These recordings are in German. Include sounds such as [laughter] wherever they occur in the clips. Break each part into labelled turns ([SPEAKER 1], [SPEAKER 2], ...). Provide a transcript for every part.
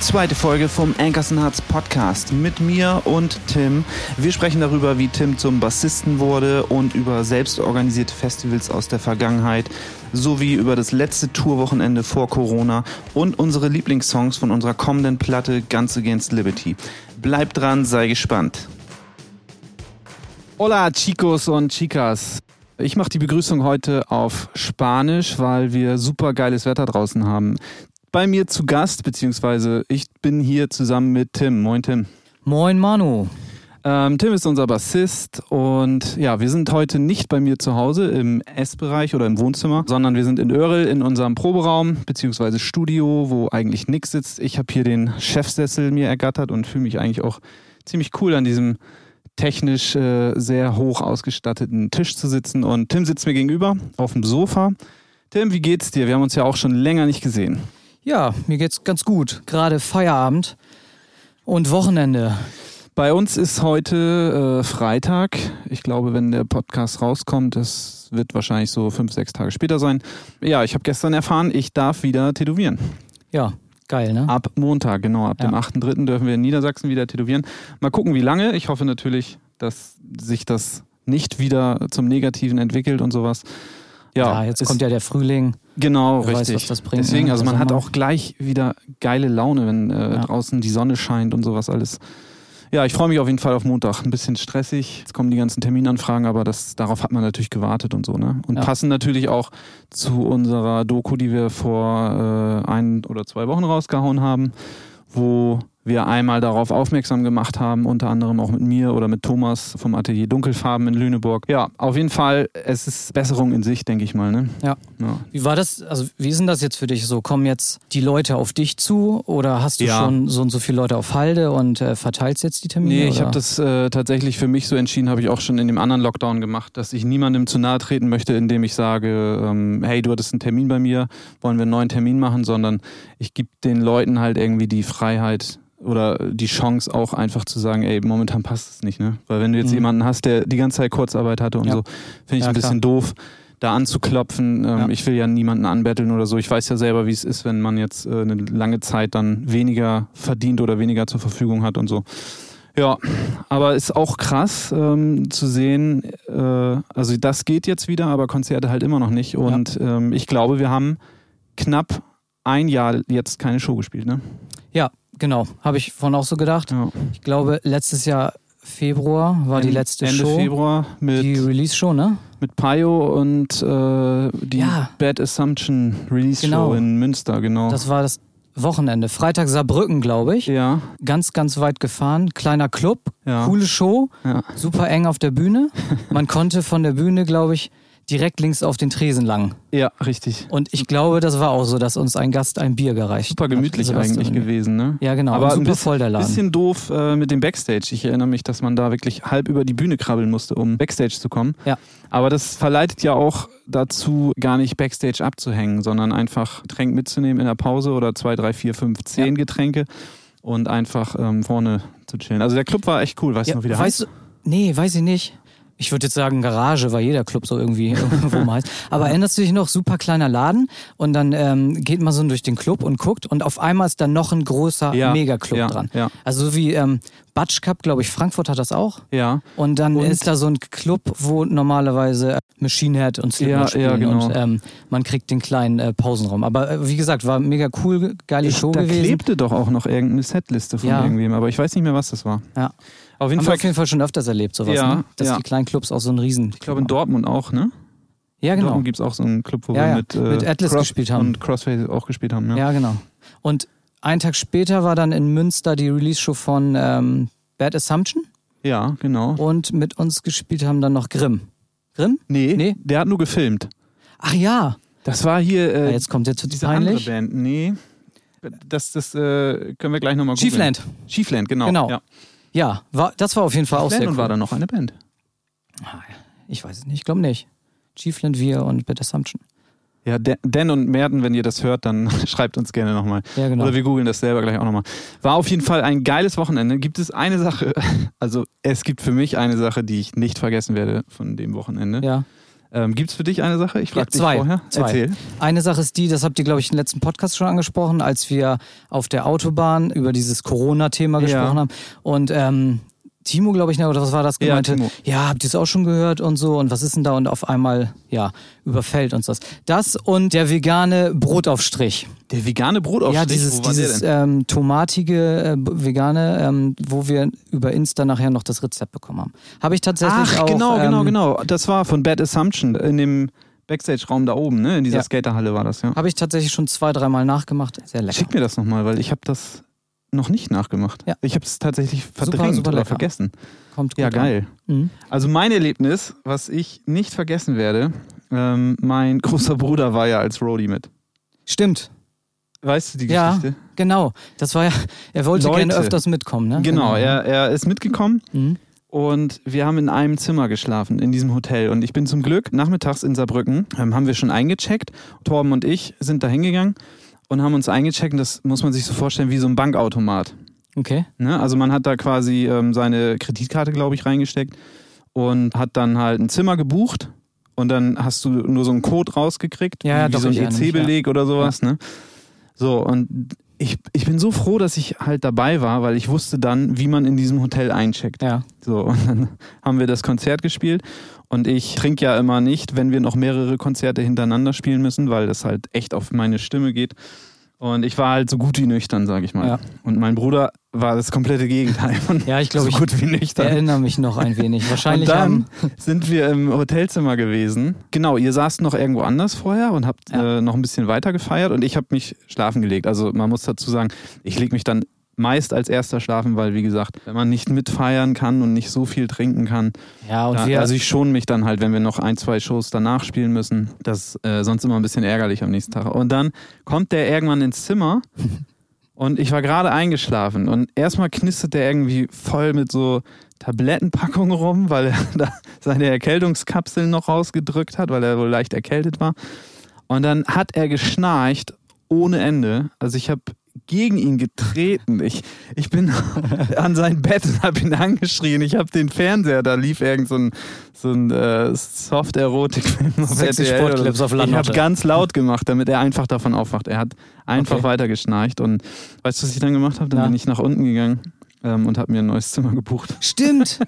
[SPEAKER 1] zweite Folge vom Ankerson Hearts Podcast mit mir und Tim. Wir sprechen darüber, wie Tim zum Bassisten wurde und über selbstorganisierte Festivals aus der Vergangenheit sowie über das letzte Tourwochenende vor Corona und unsere Lieblingssongs von unserer kommenden Platte Guns Against Liberty. Bleibt dran, sei gespannt.
[SPEAKER 2] Hola chicos und chicas. Ich mache die Begrüßung heute auf Spanisch, weil wir super geiles Wetter draußen haben. Bei mir zu Gast, beziehungsweise ich bin hier zusammen mit Tim. Moin Tim.
[SPEAKER 3] Moin Manu.
[SPEAKER 2] Ähm, Tim ist unser Bassist und ja, wir sind heute nicht bei mir zu Hause im Essbereich oder im Wohnzimmer, sondern wir sind in Örel in unserem Proberaum beziehungsweise Studio, wo eigentlich nix sitzt. Ich habe hier den Chefsessel mir ergattert und fühle mich eigentlich auch ziemlich cool an diesem technisch äh, sehr hoch ausgestatteten Tisch zu sitzen. Und Tim sitzt mir gegenüber auf dem Sofa. Tim, wie geht's dir? Wir haben uns ja auch schon länger nicht gesehen.
[SPEAKER 3] Ja, mir geht's ganz gut. Gerade Feierabend und Wochenende.
[SPEAKER 2] Bei uns ist heute äh, Freitag. Ich glaube, wenn der Podcast rauskommt, das wird wahrscheinlich so fünf, sechs Tage später sein. Ja, ich habe gestern erfahren, ich darf wieder tätowieren.
[SPEAKER 3] Ja, geil, ne?
[SPEAKER 2] Ab Montag, genau, ab
[SPEAKER 3] Ja.
[SPEAKER 2] dem 8.3. dürfen wir in Niedersachsen wieder tätowieren. Mal gucken, wie lange. Ich hoffe natürlich, dass sich das nicht wieder zum Negativen entwickelt und sowas. Ja,
[SPEAKER 3] Ah, jetzt
[SPEAKER 2] ist-
[SPEAKER 3] kommt ja der Frühling.
[SPEAKER 2] Genau,
[SPEAKER 3] Wer weiß,
[SPEAKER 2] richtig.
[SPEAKER 3] was das bringt,
[SPEAKER 2] Deswegen,
[SPEAKER 3] ne?
[SPEAKER 2] also man
[SPEAKER 3] Also
[SPEAKER 2] hat
[SPEAKER 3] man-
[SPEAKER 2] auch gleich wieder geile Laune, wenn äh,
[SPEAKER 3] Ja.
[SPEAKER 2] draußen die Sonne scheint und sowas alles. Ja, ich freue mich auf jeden Fall auf Montag. Ein bisschen stressig. Jetzt kommen die ganzen Terminanfragen, aber das, darauf hat man natürlich gewartet und so, ne? Und
[SPEAKER 3] Ja.
[SPEAKER 2] passen natürlich auch zu unserer Doku, die wir vor äh, ein oder zwei Wochen rausgehauen haben, wo wir einmal darauf aufmerksam gemacht haben, unter anderem auch mit mir oder mit Thomas vom Atelier Dunkelfarben in Lüneburg. Ja, auf jeden Fall, es ist Besserung in sich, denke ich mal, ne?
[SPEAKER 3] Ja.
[SPEAKER 2] ja.
[SPEAKER 3] Wie war das? Also, wie ist denn das jetzt für dich so? Kommen jetzt die Leute auf dich zu oder hast du
[SPEAKER 2] Ja.
[SPEAKER 3] schon so und so viele Leute auf Halde und äh, verteilst jetzt die Termine?
[SPEAKER 2] Nee, ich
[SPEAKER 3] oder?
[SPEAKER 2] habe das äh, tatsächlich für mich so entschieden, habe ich auch schon in dem anderen Lockdown gemacht, dass ich niemandem zu nahe treten möchte, indem ich sage, ähm, hey, du hattest einen Termin bei mir, wollen wir einen neuen Termin machen, sondern ich gebe den Leuten halt irgendwie die Freiheit oder die Chance auch einfach zu sagen, ey, momentan passt es nicht, ne? Weil wenn du jetzt
[SPEAKER 3] Mhm.
[SPEAKER 2] jemanden hast, der die ganze Zeit Kurzarbeit hatte und
[SPEAKER 3] Ja.
[SPEAKER 2] so, finde ich
[SPEAKER 3] Ja,
[SPEAKER 2] ein bisschen doof, da anzuklopfen. Ähm,
[SPEAKER 3] Ja.
[SPEAKER 2] Ich will ja niemanden anbetteln oder so. Ich weiß ja selber, wie es ist, wenn man jetzt äh, eine lange Zeit dann weniger verdient oder weniger zur Verfügung hat und so. Ja, aber ist auch krass ähm, zu sehen, äh, also das geht jetzt wieder, aber Konzerte halt immer noch nicht. Und ähm, ich glaube, wir haben knapp ein Jahr jetzt keine Show gespielt, ne?
[SPEAKER 3] Ja, genau. Habe ich vorhin auch so gedacht.
[SPEAKER 2] Ja.
[SPEAKER 3] Ich glaube, letztes Jahr Februar war die
[SPEAKER 2] Ende-
[SPEAKER 3] letzte
[SPEAKER 2] Ende
[SPEAKER 3] Show.
[SPEAKER 2] Februar
[SPEAKER 3] Die
[SPEAKER 2] mit,
[SPEAKER 3] Release-Show, ne?
[SPEAKER 2] mit Payo und äh, die
[SPEAKER 3] Ja.
[SPEAKER 2] Bad Assumption Release Show
[SPEAKER 3] Genau.
[SPEAKER 2] in Münster, genau.
[SPEAKER 3] Das war das Wochenende. Freitag Saarbrücken, glaube ich.
[SPEAKER 2] ja,
[SPEAKER 3] Ganz, ganz weit gefahren. Kleiner Club,
[SPEAKER 2] ja.
[SPEAKER 3] coole Show,
[SPEAKER 2] Ja.
[SPEAKER 3] super eng auf
[SPEAKER 2] [laughs]
[SPEAKER 3] der Bühne. Man konnte von der Bühne, glaube ich, direkt links auf den Tresen lang.
[SPEAKER 2] ja, richtig.
[SPEAKER 3] Und ich glaube, das war auch so, dass uns ein Gast ein Bier gereicht
[SPEAKER 2] Super
[SPEAKER 3] hat.
[SPEAKER 2] gemütlich
[SPEAKER 3] Sebastian
[SPEAKER 2] eigentlich
[SPEAKER 3] und mir.
[SPEAKER 2] gewesen, ne?
[SPEAKER 3] Ja, genau.
[SPEAKER 2] Aber
[SPEAKER 3] Aber
[SPEAKER 2] ein
[SPEAKER 3] super
[SPEAKER 2] bisschen-
[SPEAKER 3] voll der Laden.
[SPEAKER 2] Bisschen doof äh, mit dem Backstage. Ich erinnere mich, dass man da wirklich halb über die Bühne krabbeln musste, um Backstage zu kommen.
[SPEAKER 3] Ja.
[SPEAKER 2] Aber das verleitet ja auch dazu, gar nicht Backstage abzuhängen, sondern einfach Getränk mitzunehmen in der Pause oder zwei, drei, vier, fünf, zehn
[SPEAKER 3] Ja.
[SPEAKER 2] Getränke und einfach ähm, vorne zu chillen. Also der Club war echt cool, weißt
[SPEAKER 3] ja,
[SPEAKER 2] du noch wieder?
[SPEAKER 3] weißt du, nee, weiß ich nicht. Ich würde jetzt sagen Garage, weil jeder Club so irgendwie [laughs] irgendwo mal heißt. Aber erinnerst du dich noch, super kleiner Laden und dann ähm, geht man so durch den Club und guckt und auf einmal ist da noch ein großer
[SPEAKER 2] Ja,
[SPEAKER 3] Megaclub
[SPEAKER 2] ja,
[SPEAKER 3] dran.
[SPEAKER 2] ja.
[SPEAKER 3] Also so wie ähm, Batsch Cup, glaube ich, Frankfurt hat das auch.
[SPEAKER 2] ja.
[SPEAKER 3] Und dann
[SPEAKER 2] Und-
[SPEAKER 3] ist da so ein Club, wo normalerweise äh, Machine Head und Slipknot
[SPEAKER 2] Ja,
[SPEAKER 3] spielen
[SPEAKER 2] ja, genau.
[SPEAKER 3] und ähm, man kriegt den kleinen äh, Pausenraum. Aber äh, wie gesagt, war mega cool, geile
[SPEAKER 2] Ich,
[SPEAKER 3] Show
[SPEAKER 2] da
[SPEAKER 3] gewesen.
[SPEAKER 2] klebte doch auch noch irgendeine Setliste von
[SPEAKER 3] Ja.
[SPEAKER 2] irgendwem, aber ich weiß nicht mehr, was das war.
[SPEAKER 3] Ja.
[SPEAKER 2] Auf jeden
[SPEAKER 3] Haben wir
[SPEAKER 2] Fall,
[SPEAKER 3] auf jeden Fall schon öfters erlebt, sowas,
[SPEAKER 2] Ja,
[SPEAKER 3] ne? dass
[SPEAKER 2] ja.
[SPEAKER 3] die kleinen Clubs auch so ein Riesen.
[SPEAKER 2] ich glaube in Dortmund auch, ne?
[SPEAKER 3] Ja,
[SPEAKER 2] In
[SPEAKER 3] genau.
[SPEAKER 2] Dortmund gibt es auch so einen Club, wo
[SPEAKER 3] Ja,
[SPEAKER 2] wir
[SPEAKER 3] ja.
[SPEAKER 2] Mit, äh,
[SPEAKER 3] Mit Atlas gespielt haben.
[SPEAKER 2] Und Crossface auch gespielt haben, ja.
[SPEAKER 3] Ja, genau. Und einen Tag später war dann in Münster die Release-Show von ähm, Bad Assumption
[SPEAKER 2] Ja, genau.
[SPEAKER 3] und mit uns gespielt haben dann noch Grimm. Grimm?
[SPEAKER 2] Nee,
[SPEAKER 3] Nee?
[SPEAKER 2] der hat nur gefilmt.
[SPEAKER 3] Ach ja.
[SPEAKER 2] Das war hier
[SPEAKER 3] ja
[SPEAKER 2] äh,
[SPEAKER 3] Ah, jetzt kommt jetzt wird's
[SPEAKER 2] diese andere
[SPEAKER 3] peinlich.
[SPEAKER 2] Band. Nee, das, das äh, können wir gleich nochmal gucken.
[SPEAKER 3] Chiefland.
[SPEAKER 2] Chiefland, genau.
[SPEAKER 3] Genau.
[SPEAKER 2] Ja.
[SPEAKER 3] Ja, war, das war auf jeden Fall auch
[SPEAKER 2] Chiefland
[SPEAKER 3] sehr
[SPEAKER 2] und
[SPEAKER 3] cool.
[SPEAKER 2] war da noch eine Band.
[SPEAKER 3] Ich weiß es nicht, ich glaube nicht. Chiefland, wir und Bad Assumption.
[SPEAKER 2] Ja, Dan- Dan und Merten, wenn ihr das hört, dann [laughs] schreibt uns gerne nochmal.
[SPEAKER 3] Ja, genau.
[SPEAKER 2] Oder wir googeln das selber gleich auch nochmal. War auf jeden Fall ein geiles Wochenende. Gibt es eine [laughs] Sache, also es gibt für mich eine Sache, die ich nicht vergessen werde von dem Wochenende.
[SPEAKER 3] ja.
[SPEAKER 2] Ähm, Gibt es für dich eine Sache? Ich frage
[SPEAKER 3] Ja, zwei,
[SPEAKER 2] dich vorher.
[SPEAKER 3] zwei.
[SPEAKER 2] Erzähl.
[SPEAKER 3] Eine Sache ist die, das habt ihr, glaube ich, im letzten Podcast schon angesprochen, als wir auf der Autobahn über dieses Corona-Thema
[SPEAKER 2] Ja.
[SPEAKER 3] gesprochen haben. Und ähm, Timo, glaube ich, ne, oder was war das,
[SPEAKER 2] Ja,
[SPEAKER 3] gemeinte,
[SPEAKER 2] Timo.
[SPEAKER 3] ja, habt ihr es auch schon gehört und so und was ist denn da? Und auf einmal, ja, überfällt uns das. Das und der vegane Brotaufstrich.
[SPEAKER 2] Der vegane Brotaufstrich.
[SPEAKER 3] Ja, dieses,
[SPEAKER 2] wo war der
[SPEAKER 3] dieses
[SPEAKER 2] denn?
[SPEAKER 3] ähm, tomatige, äh, b- vegane, ähm, wo wir über Insta nachher noch das Rezept bekommen haben. Habe ich tatsächlich
[SPEAKER 2] Ach,
[SPEAKER 3] auch.
[SPEAKER 2] genau,
[SPEAKER 3] ähm,
[SPEAKER 2] genau, genau. Das war von Bad Assumption in dem Backstage-Raum da oben, ne? In dieser
[SPEAKER 3] Ja.
[SPEAKER 2] Skaterhalle war das, ja.
[SPEAKER 3] Habe ich tatsächlich schon zwei, dreimal nachgemacht. Sehr lecker.
[SPEAKER 2] Schick mir das nochmal, weil ich habe das noch nicht nachgemacht.
[SPEAKER 3] Ja.
[SPEAKER 2] Ich habe es tatsächlich verdrängt
[SPEAKER 3] super
[SPEAKER 2] oder
[SPEAKER 3] lecker.
[SPEAKER 2] vergessen.
[SPEAKER 3] Kommt gut
[SPEAKER 2] Ja,
[SPEAKER 3] an.
[SPEAKER 2] geil.
[SPEAKER 3] Mhm.
[SPEAKER 2] Also mein Erlebnis, was ich nicht vergessen werde, ähm, mein [laughs] großer Bruder war ja als Roadie mit.
[SPEAKER 3] Stimmt,
[SPEAKER 2] Weißt du die
[SPEAKER 3] Ja.
[SPEAKER 2] Geschichte?
[SPEAKER 3] genau. Das war ja, [laughs] er wollte
[SPEAKER 2] Leute.
[SPEAKER 3] gerne öfters mitkommen, ne?
[SPEAKER 2] Genau, er, er ist mitgekommen
[SPEAKER 3] Mhm.
[SPEAKER 2] und wir haben in einem Zimmer geschlafen, in diesem Hotel. Und ich bin zum Glück nachmittags in Saarbrücken, ähm, haben wir schon eingecheckt. Torben und ich sind da hingegangen und haben uns eingecheckt. Und das muss man sich so vorstellen wie so ein Bankautomat.
[SPEAKER 3] Okay.
[SPEAKER 2] Ne? Also man hat da quasi ähm, seine Kreditkarte, glaube ich, reingesteckt und hat dann halt ein Zimmer gebucht und dann hast du nur so einen Code rausgekriegt,
[SPEAKER 3] Ja, ja,
[SPEAKER 2] wie
[SPEAKER 3] doch,
[SPEAKER 2] so ein
[SPEAKER 3] ich erinnere mich,
[SPEAKER 2] EC-Beleg oder sowas. Ne? So, und ich, ich bin so froh, dass ich halt dabei war, weil ich wusste dann, wie man in diesem Hotel eincheckt.
[SPEAKER 3] Ja.
[SPEAKER 2] So, und dann [laughs] haben wir das Konzert gespielt. Und ich trinke ja immer nicht, wenn wir noch mehrere Konzerte hintereinander spielen müssen, weil das halt echt auf meine Stimme geht. Und ich war halt so gut wie nüchtern, sage ich mal.
[SPEAKER 3] Ja.
[SPEAKER 2] Und mein Bruder war das komplette Gegenteil von
[SPEAKER 3] Ja, ich glaube,
[SPEAKER 2] so
[SPEAKER 3] ich
[SPEAKER 2] gut wie nüchtern.
[SPEAKER 3] erinnere mich noch
[SPEAKER 2] [laughs]
[SPEAKER 3] ein wenig.
[SPEAKER 2] Und
[SPEAKER 3] Wahrscheinlich
[SPEAKER 2] dann
[SPEAKER 3] haben,
[SPEAKER 2] [laughs] sind wir im Hotelzimmer gewesen. Genau, ihr saßt noch irgendwo anders vorher und habt
[SPEAKER 3] Ja.
[SPEAKER 2] äh, noch ein bisschen weiter gefeiert und ich habe mich schlafen gelegt. Also man muss dazu sagen, ich lege mich dann meist als erster schlafen, weil wie gesagt, wenn man nicht mitfeiern kann und nicht so viel trinken kann,
[SPEAKER 3] ja, und
[SPEAKER 2] da,
[SPEAKER 3] wir,
[SPEAKER 2] also ich schone mich dann halt, wenn wir noch ein, zwei Shows danach spielen müssen. Das ist äh, sonst immer ein bisschen ärgerlich am nächsten Tag. Und dann kommt der irgendwann ins Zimmer und ich war gerade eingeschlafen und erstmal knistert der irgendwie voll mit so Tablettenpackungen rum, weil er [laughs] da seine Erkältungskapseln noch rausgedrückt hat, weil er wohl leicht erkältet war. Und dann hat er geschnarcht ohne Ende. Also ich habe gegen ihn getreten. Ich, ich bin [laughs] an sein Bett und habe ihn angeschrien. Ich habe den Fernseher, da lief irgend so ein, so ein äh, Soft-Erotik-Film
[SPEAKER 3] [laughs]
[SPEAKER 2] auf
[SPEAKER 3] Sexy
[SPEAKER 2] RTL oder so.
[SPEAKER 3] Sportclips auf
[SPEAKER 2] Ich
[SPEAKER 3] Landnote.
[SPEAKER 2] habe ganz laut gemacht, damit er einfach davon aufwacht. Er hat einfach
[SPEAKER 3] Okay.
[SPEAKER 2] weiter geschnarcht. Und weißt du, was ich dann gemacht habe? Dann
[SPEAKER 3] Na?
[SPEAKER 2] bin ich nach unten gegangen. ähm, Und habe mir ein neues Zimmer gebucht.
[SPEAKER 3] stimmt.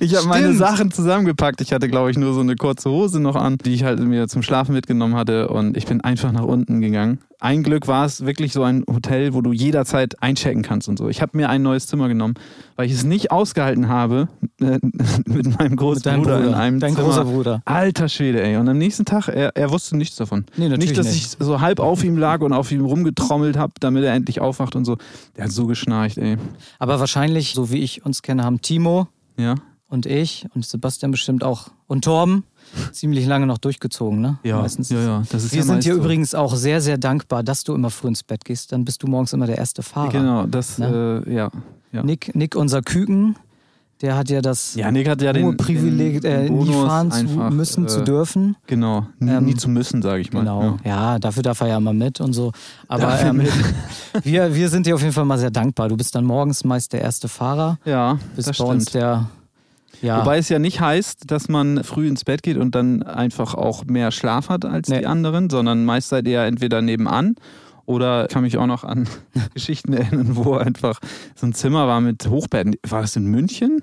[SPEAKER 2] Ich habe meine
[SPEAKER 3] Stimmt.
[SPEAKER 2] Sachen zusammengepackt. Ich hatte, glaube ich, nur so eine kurze Hose noch an, die ich halt mir zum Schlafen mitgenommen hatte. Und ich bin einfach nach unten gegangen. Ein Glück war es wirklich so ein Hotel, wo du jederzeit einchecken kannst und so. Ich habe mir ein neues Zimmer genommen, weil ich es nicht ausgehalten habe, äh, [laughs] [laughs] mit meinem
[SPEAKER 3] Mit deinem
[SPEAKER 2] großen Bruder
[SPEAKER 3] Bruder,
[SPEAKER 2] in einem
[SPEAKER 3] dein
[SPEAKER 2] Zimmer.
[SPEAKER 3] großer Bruder.
[SPEAKER 2] Alter Schwede, ey. Und am nächsten Tag, er, er wusste nichts davon.
[SPEAKER 3] Nee, natürlich
[SPEAKER 2] nicht, dass
[SPEAKER 3] nicht.
[SPEAKER 2] ich so halb auf ihm lag und auf ihm rumgetrommelt habe, damit er endlich aufwacht und so. Der hat so geschnarcht, ey.
[SPEAKER 3] Aber wahrscheinlich, so wie ich uns kenne, haben Timo
[SPEAKER 2] Ja.
[SPEAKER 3] und ich und Sebastian bestimmt auch und Torben ziemlich lange noch durchgezogen, ne?
[SPEAKER 2] Ja,
[SPEAKER 3] Meistens.
[SPEAKER 2] ja, ja. Das ist
[SPEAKER 3] Wir
[SPEAKER 2] ja
[SPEAKER 3] sind
[SPEAKER 2] meist
[SPEAKER 3] dir
[SPEAKER 2] so.
[SPEAKER 3] übrigens auch sehr, sehr dankbar, dass du immer früh ins Bett gehst. Dann bist du morgens immer der erste Fahrer.
[SPEAKER 2] Genau, das,
[SPEAKER 3] Ne?
[SPEAKER 2] äh, ja. Ja.
[SPEAKER 3] Nick, Nick, unser Küken, der hat ja das
[SPEAKER 2] ja, Nick hat ja den,
[SPEAKER 3] hohe Privileg,
[SPEAKER 2] den,
[SPEAKER 3] äh,
[SPEAKER 2] den
[SPEAKER 3] nie
[SPEAKER 2] Bonus
[SPEAKER 3] fahren zu
[SPEAKER 2] einfach,
[SPEAKER 3] müssen,
[SPEAKER 2] äh,
[SPEAKER 3] zu dürfen.
[SPEAKER 2] Genau, nie,
[SPEAKER 3] Ähm,
[SPEAKER 2] nie zu müssen, sage ich mal.
[SPEAKER 3] Genau.
[SPEAKER 2] Ja.
[SPEAKER 3] Ja. dafür darf er ja mal mit und so. Aber ähm, [laughs] wir, wir sind dir auf jeden Fall mal sehr dankbar. Du bist dann morgens meist der erste Fahrer,
[SPEAKER 2] Ja,
[SPEAKER 3] bist
[SPEAKER 2] das
[SPEAKER 3] bei uns
[SPEAKER 2] stimmt.
[SPEAKER 3] der. Ja,
[SPEAKER 2] Wobei es ja nicht heißt, dass man früh ins Bett geht und dann einfach auch mehr Schlaf hat als
[SPEAKER 3] Nee.
[SPEAKER 2] die anderen, sondern meist seid ihr ja entweder nebenan oder ich kann mich auch noch an
[SPEAKER 3] [laughs]
[SPEAKER 2] Geschichten erinnern, wo einfach so ein Zimmer war mit Hochbetten. War das in München?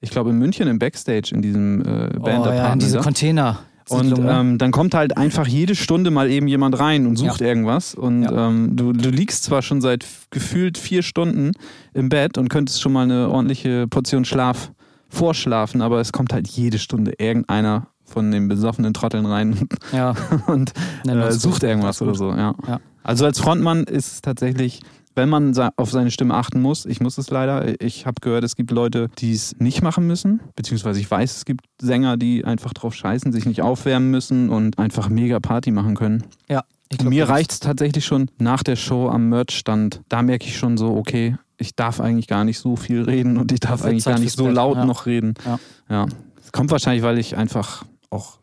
[SPEAKER 2] Ich glaube in München im Backstage in diesem äh, ne?
[SPEAKER 3] oh, ja, in
[SPEAKER 2] Band
[SPEAKER 3] diese Container.
[SPEAKER 2] Und
[SPEAKER 3] ne?
[SPEAKER 2] ähm, dann kommt halt einfach jede Stunde mal eben jemand rein und sucht irgendwas. Und
[SPEAKER 3] Ja.
[SPEAKER 2] ähm, du, du liegst zwar schon seit f- gefühlt vier Stunden im Bett und könntest schon mal eine ordentliche Portion Schlaf vorschlafen, aber es kommt halt jede Stunde irgendeiner von den besoffenen Trotteln rein [laughs]
[SPEAKER 3] ja,
[SPEAKER 2] und
[SPEAKER 3] nennen
[SPEAKER 2] äh,
[SPEAKER 3] wir's
[SPEAKER 2] sucht
[SPEAKER 3] gut.
[SPEAKER 2] irgendwas oder
[SPEAKER 3] Alles
[SPEAKER 2] so. Ja.
[SPEAKER 3] Ja.
[SPEAKER 2] Also als Frontmann ist es tatsächlich, wenn man se- auf seine Stimme achten muss, ich muss es leider, ich habe gehört, es gibt Leute, die es nicht machen müssen, beziehungsweise ich weiß, es gibt Sänger, die einfach drauf scheißen, sich nicht aufwärmen müssen und einfach mega Party machen können.
[SPEAKER 3] gut. Ja, ich glaub,
[SPEAKER 2] Mir
[SPEAKER 3] du bist-
[SPEAKER 2] reicht es tatsächlich schon nach der Show am Merchstand, da merke ich schon so, okay, ich darf eigentlich gar nicht so viel reden und ich darf
[SPEAKER 3] Das wird
[SPEAKER 2] eigentlich gar
[SPEAKER 3] Zeit
[SPEAKER 2] nicht
[SPEAKER 3] fürs
[SPEAKER 2] so
[SPEAKER 3] Bett,
[SPEAKER 2] laut
[SPEAKER 3] ja.
[SPEAKER 2] noch reden.
[SPEAKER 3] Ja.
[SPEAKER 2] ja. Es kommt wahrscheinlich, weil ich einfach auch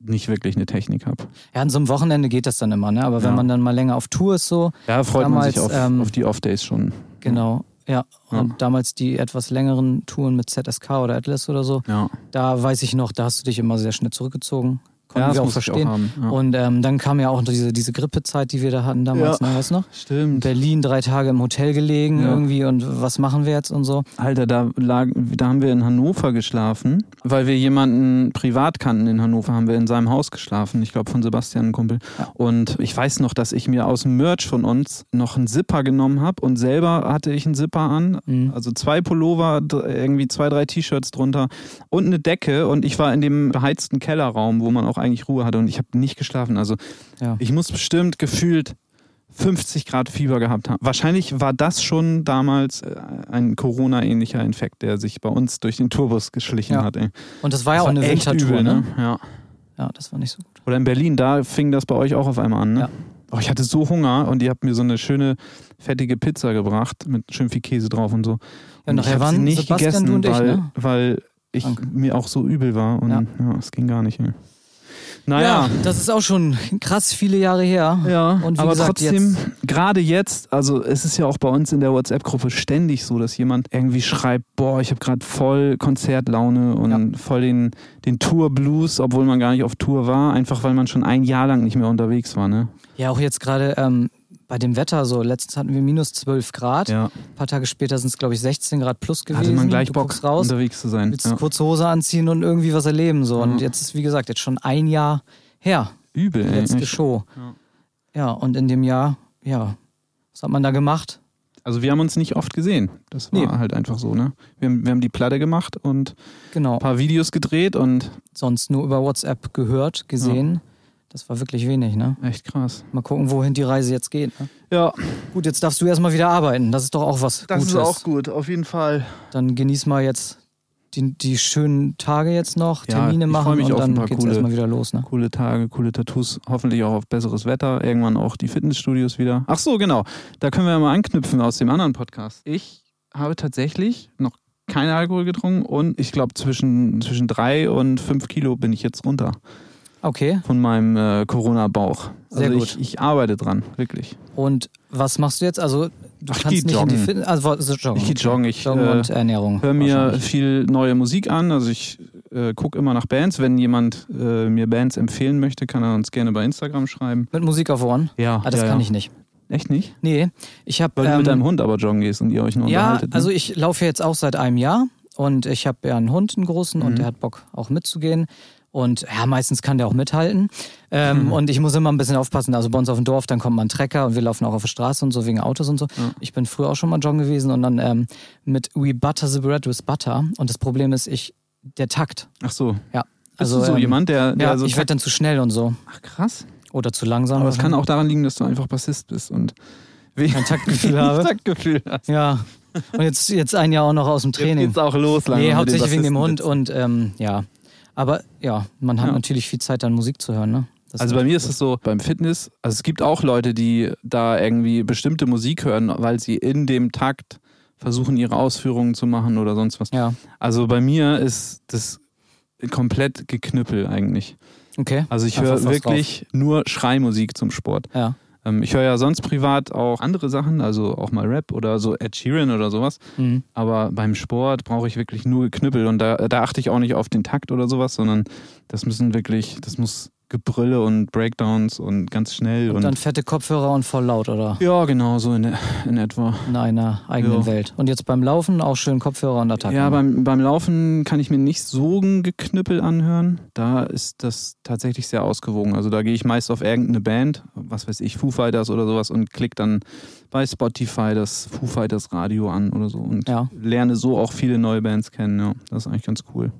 [SPEAKER 2] nicht wirklich eine Technik habe.
[SPEAKER 3] Ja, an so einem Wochenende geht das dann immer, ne? Aber wenn
[SPEAKER 2] Ja.
[SPEAKER 3] man dann mal länger auf Tour ist, so,
[SPEAKER 2] Ja, freut man sich
[SPEAKER 3] Damals,
[SPEAKER 2] auf,
[SPEAKER 3] ähm,
[SPEAKER 2] auf die Off-Days schon.
[SPEAKER 3] genau. Ja, und damals die etwas längeren Touren mit ZSK oder Atlas oder so,
[SPEAKER 2] Ja.
[SPEAKER 3] da weiß ich noch, da hast du dich immer sehr schnell zurückgezogen. Konnten
[SPEAKER 2] Ja, das
[SPEAKER 3] wir auch
[SPEAKER 2] muss ich auch
[SPEAKER 3] verstehen.
[SPEAKER 2] haben, ja.
[SPEAKER 3] Und ähm, dann kam ja auch diese, diese Grippezeit, die wir da hatten damals, ne, weißt du noch? In
[SPEAKER 2] Stimmt.
[SPEAKER 3] Berlin drei Tage im Hotel gelegen
[SPEAKER 2] Ja.
[SPEAKER 3] irgendwie und was machen wir jetzt und so.
[SPEAKER 2] Alter, da, lag, da haben wir in Hannover geschlafen, weil wir jemanden privat kannten in Hannover, haben wir in seinem Haus geschlafen. Ich glaube, von Sebastian, ein Kumpel. Und ich weiß noch, dass ich mir aus dem Merch von uns noch einen Zipper genommen habe und selber hatte ich einen Zipper an.
[SPEAKER 3] Mhm.
[SPEAKER 2] Also zwei Pullover, dr- irgendwie zwei, drei T-Shirts drunter und eine Decke. Und ich war in dem beheizten Kellerraum, wo man auch eigentlich Ruhe hatte und ich habe nicht geschlafen. Also
[SPEAKER 3] Ja.
[SPEAKER 2] ich muss bestimmt gefühlt 50 Grad Fieber gehabt haben. Wahrscheinlich war das schon damals äh, ein Corona-ähnlicher Infekt, der sich bei uns durch den Tourbus geschlichen
[SPEAKER 3] Ja.
[SPEAKER 2] hat. Ey.
[SPEAKER 3] Und das war ja
[SPEAKER 2] Das
[SPEAKER 3] auch
[SPEAKER 2] war
[SPEAKER 3] eine
[SPEAKER 2] echt
[SPEAKER 3] Wintertour,
[SPEAKER 2] übel,
[SPEAKER 3] ne?
[SPEAKER 2] Ja.
[SPEAKER 3] Ja, das war nicht so gut.
[SPEAKER 2] Oder in Berlin, da fing das bei euch auch auf einmal an, ne?
[SPEAKER 3] Ja.
[SPEAKER 2] Oh, ich hatte so Hunger und ihr habt mir so eine schöne fettige Pizza gebracht mit schön viel Käse drauf und so.
[SPEAKER 3] Ja,
[SPEAKER 2] und
[SPEAKER 3] nachher
[SPEAKER 2] ich hab sie
[SPEAKER 3] waren
[SPEAKER 2] nicht
[SPEAKER 3] Sebastian,
[SPEAKER 2] gegessen,
[SPEAKER 3] du und ich,
[SPEAKER 2] weil,
[SPEAKER 3] ne?
[SPEAKER 2] weil ich
[SPEAKER 3] Krank.
[SPEAKER 2] mir auch so übel war und
[SPEAKER 3] Ja.
[SPEAKER 2] ja, es ging gar nicht. Ey. Naja,
[SPEAKER 3] Ja, das ist auch schon krass viele Jahre her.
[SPEAKER 2] Ja,
[SPEAKER 3] Und wie
[SPEAKER 2] aber
[SPEAKER 3] gesagt,
[SPEAKER 2] trotzdem,
[SPEAKER 3] jetzt-
[SPEAKER 2] gerade jetzt, also es ist ja auch bei uns in der WhatsApp-Gruppe ständig so, dass jemand irgendwie schreibt, boah, ich habe gerade voll Konzertlaune und voll den, den Tour-Blues, obwohl man gar nicht auf Tour war, einfach weil man schon ein Jahr lang nicht mehr unterwegs war, ne?
[SPEAKER 3] Ja, auch jetzt gerade ähm, bei dem Wetter so. Letztens hatten wir minus 12 Grad.
[SPEAKER 2] Ja.
[SPEAKER 3] Ein paar Tage später sind es, glaube ich, 16 Grad plus gewesen.
[SPEAKER 2] Hatte man gleich
[SPEAKER 3] du
[SPEAKER 2] Bock,
[SPEAKER 3] guckst raus,
[SPEAKER 2] unterwegs zu sein.
[SPEAKER 3] willst
[SPEAKER 2] Ja.
[SPEAKER 3] kurze Hose anziehen und irgendwie was erleben. So. Und
[SPEAKER 2] Ja.
[SPEAKER 3] jetzt ist, wie gesagt, jetzt schon ein Jahr her,
[SPEAKER 2] Übel,
[SPEAKER 3] die
[SPEAKER 2] ey.
[SPEAKER 3] letzte
[SPEAKER 2] echt.
[SPEAKER 3] Show. Ja. und in dem Jahr, ja, was hat man da gemacht?
[SPEAKER 2] Also wir haben uns nicht oft gesehen. Das war
[SPEAKER 3] Nee.
[SPEAKER 2] halt einfach so, ne? Wir haben, wir haben die Platte gemacht und
[SPEAKER 3] Genau,
[SPEAKER 2] ein paar Videos gedreht und
[SPEAKER 3] sonst nur über WhatsApp gehört, gesehen. Das war wirklich wenig, ne?
[SPEAKER 2] echt krass.
[SPEAKER 3] Mal gucken, wohin die Reise jetzt geht. Ne?
[SPEAKER 2] Ja,
[SPEAKER 3] Gut, jetzt darfst du erstmal wieder arbeiten. Das ist doch auch was Gutes.
[SPEAKER 2] gut, auf jeden Fall.
[SPEAKER 3] Dann genieß mal jetzt die, die schönen Tage jetzt noch,
[SPEAKER 2] Ja,
[SPEAKER 3] Termine
[SPEAKER 2] ich freu
[SPEAKER 3] machen
[SPEAKER 2] mich
[SPEAKER 3] und
[SPEAKER 2] auf ein
[SPEAKER 3] dann
[SPEAKER 2] paar
[SPEAKER 3] geht's
[SPEAKER 2] coole-
[SPEAKER 3] erstmal wieder los. Ne?
[SPEAKER 2] coole Tage, coole Tattoos, hoffentlich auch auf besseres Wetter, irgendwann auch die Fitnessstudios wieder. Ach so, genau, da können wir ja mal anknüpfen aus dem anderen Podcast. Ich habe tatsächlich noch keinen Alkohol getrunken und ich glaube zwischen, zwischen drei und fünf Kilo bin ich jetzt runter
[SPEAKER 3] Okay.
[SPEAKER 2] von meinem äh, Corona-Bauch. Also
[SPEAKER 3] Sehr
[SPEAKER 2] Ich, ich arbeite dran, wirklich.
[SPEAKER 3] Und was machst du jetzt? Also, du
[SPEAKER 2] Ach, ich
[SPEAKER 3] kannst
[SPEAKER 2] geh
[SPEAKER 3] nicht in die
[SPEAKER 2] joggen.
[SPEAKER 3] Fitness. Also, also joggen.
[SPEAKER 2] Ich gehe joggen, ich
[SPEAKER 3] Joggen
[SPEAKER 2] äh,
[SPEAKER 3] und Ernährung.
[SPEAKER 2] höre mir
[SPEAKER 3] wahrscheinlich.
[SPEAKER 2] viel neue Musik an. Also ich äh, gucke immer nach Bands. Wenn jemand äh, mir Bands empfehlen möchte, kann er uns gerne bei Instagram schreiben.
[SPEAKER 3] Mit Musik auf Ohren?
[SPEAKER 2] Ja,
[SPEAKER 3] Ah, das
[SPEAKER 2] ja,
[SPEAKER 3] kann
[SPEAKER 2] ja.
[SPEAKER 3] ich nicht.
[SPEAKER 2] Echt nicht?
[SPEAKER 3] Nee, ich ähm, habe.
[SPEAKER 2] Weil du mit deinem Hund aber joggen gehst und ihr euch nur
[SPEAKER 3] ja,
[SPEAKER 2] unterhaltet. ne?
[SPEAKER 3] also ich laufe jetzt auch seit einem Jahr und ich habe ja einen Hund, einen großen,
[SPEAKER 2] Mhm.
[SPEAKER 3] und der hat Bock auch mitzugehen. Und ja, meistens kann der auch mithalten. Ähm,
[SPEAKER 2] Mhm.
[SPEAKER 3] Und ich muss immer ein bisschen aufpassen. Also bei uns auf dem Dorf, dann kommt mal ein Trecker und wir laufen auch auf der Straße und so wegen Autos und so. Ich bin früher auch schon mal John gewesen und dann ähm, mit We Butter the Bread with Butter. Und das Problem ist, ich, der Takt.
[SPEAKER 2] Ach so. Bist
[SPEAKER 3] Ja.
[SPEAKER 2] du so
[SPEAKER 3] ähm,
[SPEAKER 2] jemand, der, der
[SPEAKER 3] Ja,
[SPEAKER 2] so
[SPEAKER 3] ich werde dann zu schnell und so.
[SPEAKER 2] ach krass.
[SPEAKER 3] Oder zu langsam.
[SPEAKER 2] Aber es kann auch daran liegen, dass du einfach Bassist bist und we-
[SPEAKER 3] [laughs] Kein
[SPEAKER 2] [laughs]
[SPEAKER 3] Taktgefühl habe.
[SPEAKER 2] Taktgefühl hast.
[SPEAKER 3] Ja. Und jetzt, jetzt ein Jahr auch noch aus dem Training.
[SPEAKER 2] Geht's auch los langsam
[SPEAKER 3] Nee,
[SPEAKER 2] mit
[SPEAKER 3] hauptsächlich wegen dem Hund
[SPEAKER 2] Bassisten.
[SPEAKER 3] und ähm, ja. Aber ja, man hat
[SPEAKER 2] Ja.
[SPEAKER 3] natürlich viel Zeit, dann Musik zu hören, ne? Das
[SPEAKER 2] Also bei mir ist es so, beim Fitness, also es gibt auch Leute, die da irgendwie bestimmte Musik hören, weil sie in dem Takt versuchen, ihre Ausführungen zu machen oder sonst was.
[SPEAKER 3] Ja,
[SPEAKER 2] Also bei mir ist das komplett geknüppel eigentlich.
[SPEAKER 3] okay.
[SPEAKER 2] Also ich
[SPEAKER 3] Einfach
[SPEAKER 2] höre
[SPEAKER 3] was drauf.
[SPEAKER 2] wirklich nur Schreimusik zum Sport.
[SPEAKER 3] Ja.
[SPEAKER 2] Ähm, ich höre ja sonst privat auch andere Sachen, also auch mal Rap oder so Ed Sheeran oder sowas.
[SPEAKER 3] Mhm.
[SPEAKER 2] Aber beim Sport brauche ich wirklich nur Geknüppel und da, da achte ich auch nicht auf den Takt oder sowas, sondern das müssen wirklich, das muss Gebrülle und Breakdowns und ganz schnell und,
[SPEAKER 3] Und dann fette Kopfhörer und voll laut, oder?
[SPEAKER 2] ja, genau so in, e- in etwa.
[SPEAKER 3] In einer eigenen
[SPEAKER 2] Ja.
[SPEAKER 3] Welt. Und jetzt beim Laufen auch schön Kopfhörer und Attacken.
[SPEAKER 2] Ja, beim, beim Laufen kann ich mir nicht so ein Geknüppel anhören. Da ist das tatsächlich sehr ausgewogen. Also da gehe ich meist auf irgendeine Band, was weiß ich, Foo Fighters oder sowas und klicke dann bei Spotify das Foo Fighters Radio an oder so und
[SPEAKER 3] Ja.
[SPEAKER 2] lerne so auch viele neue Bands kennen. Ja, das ist eigentlich ganz cool.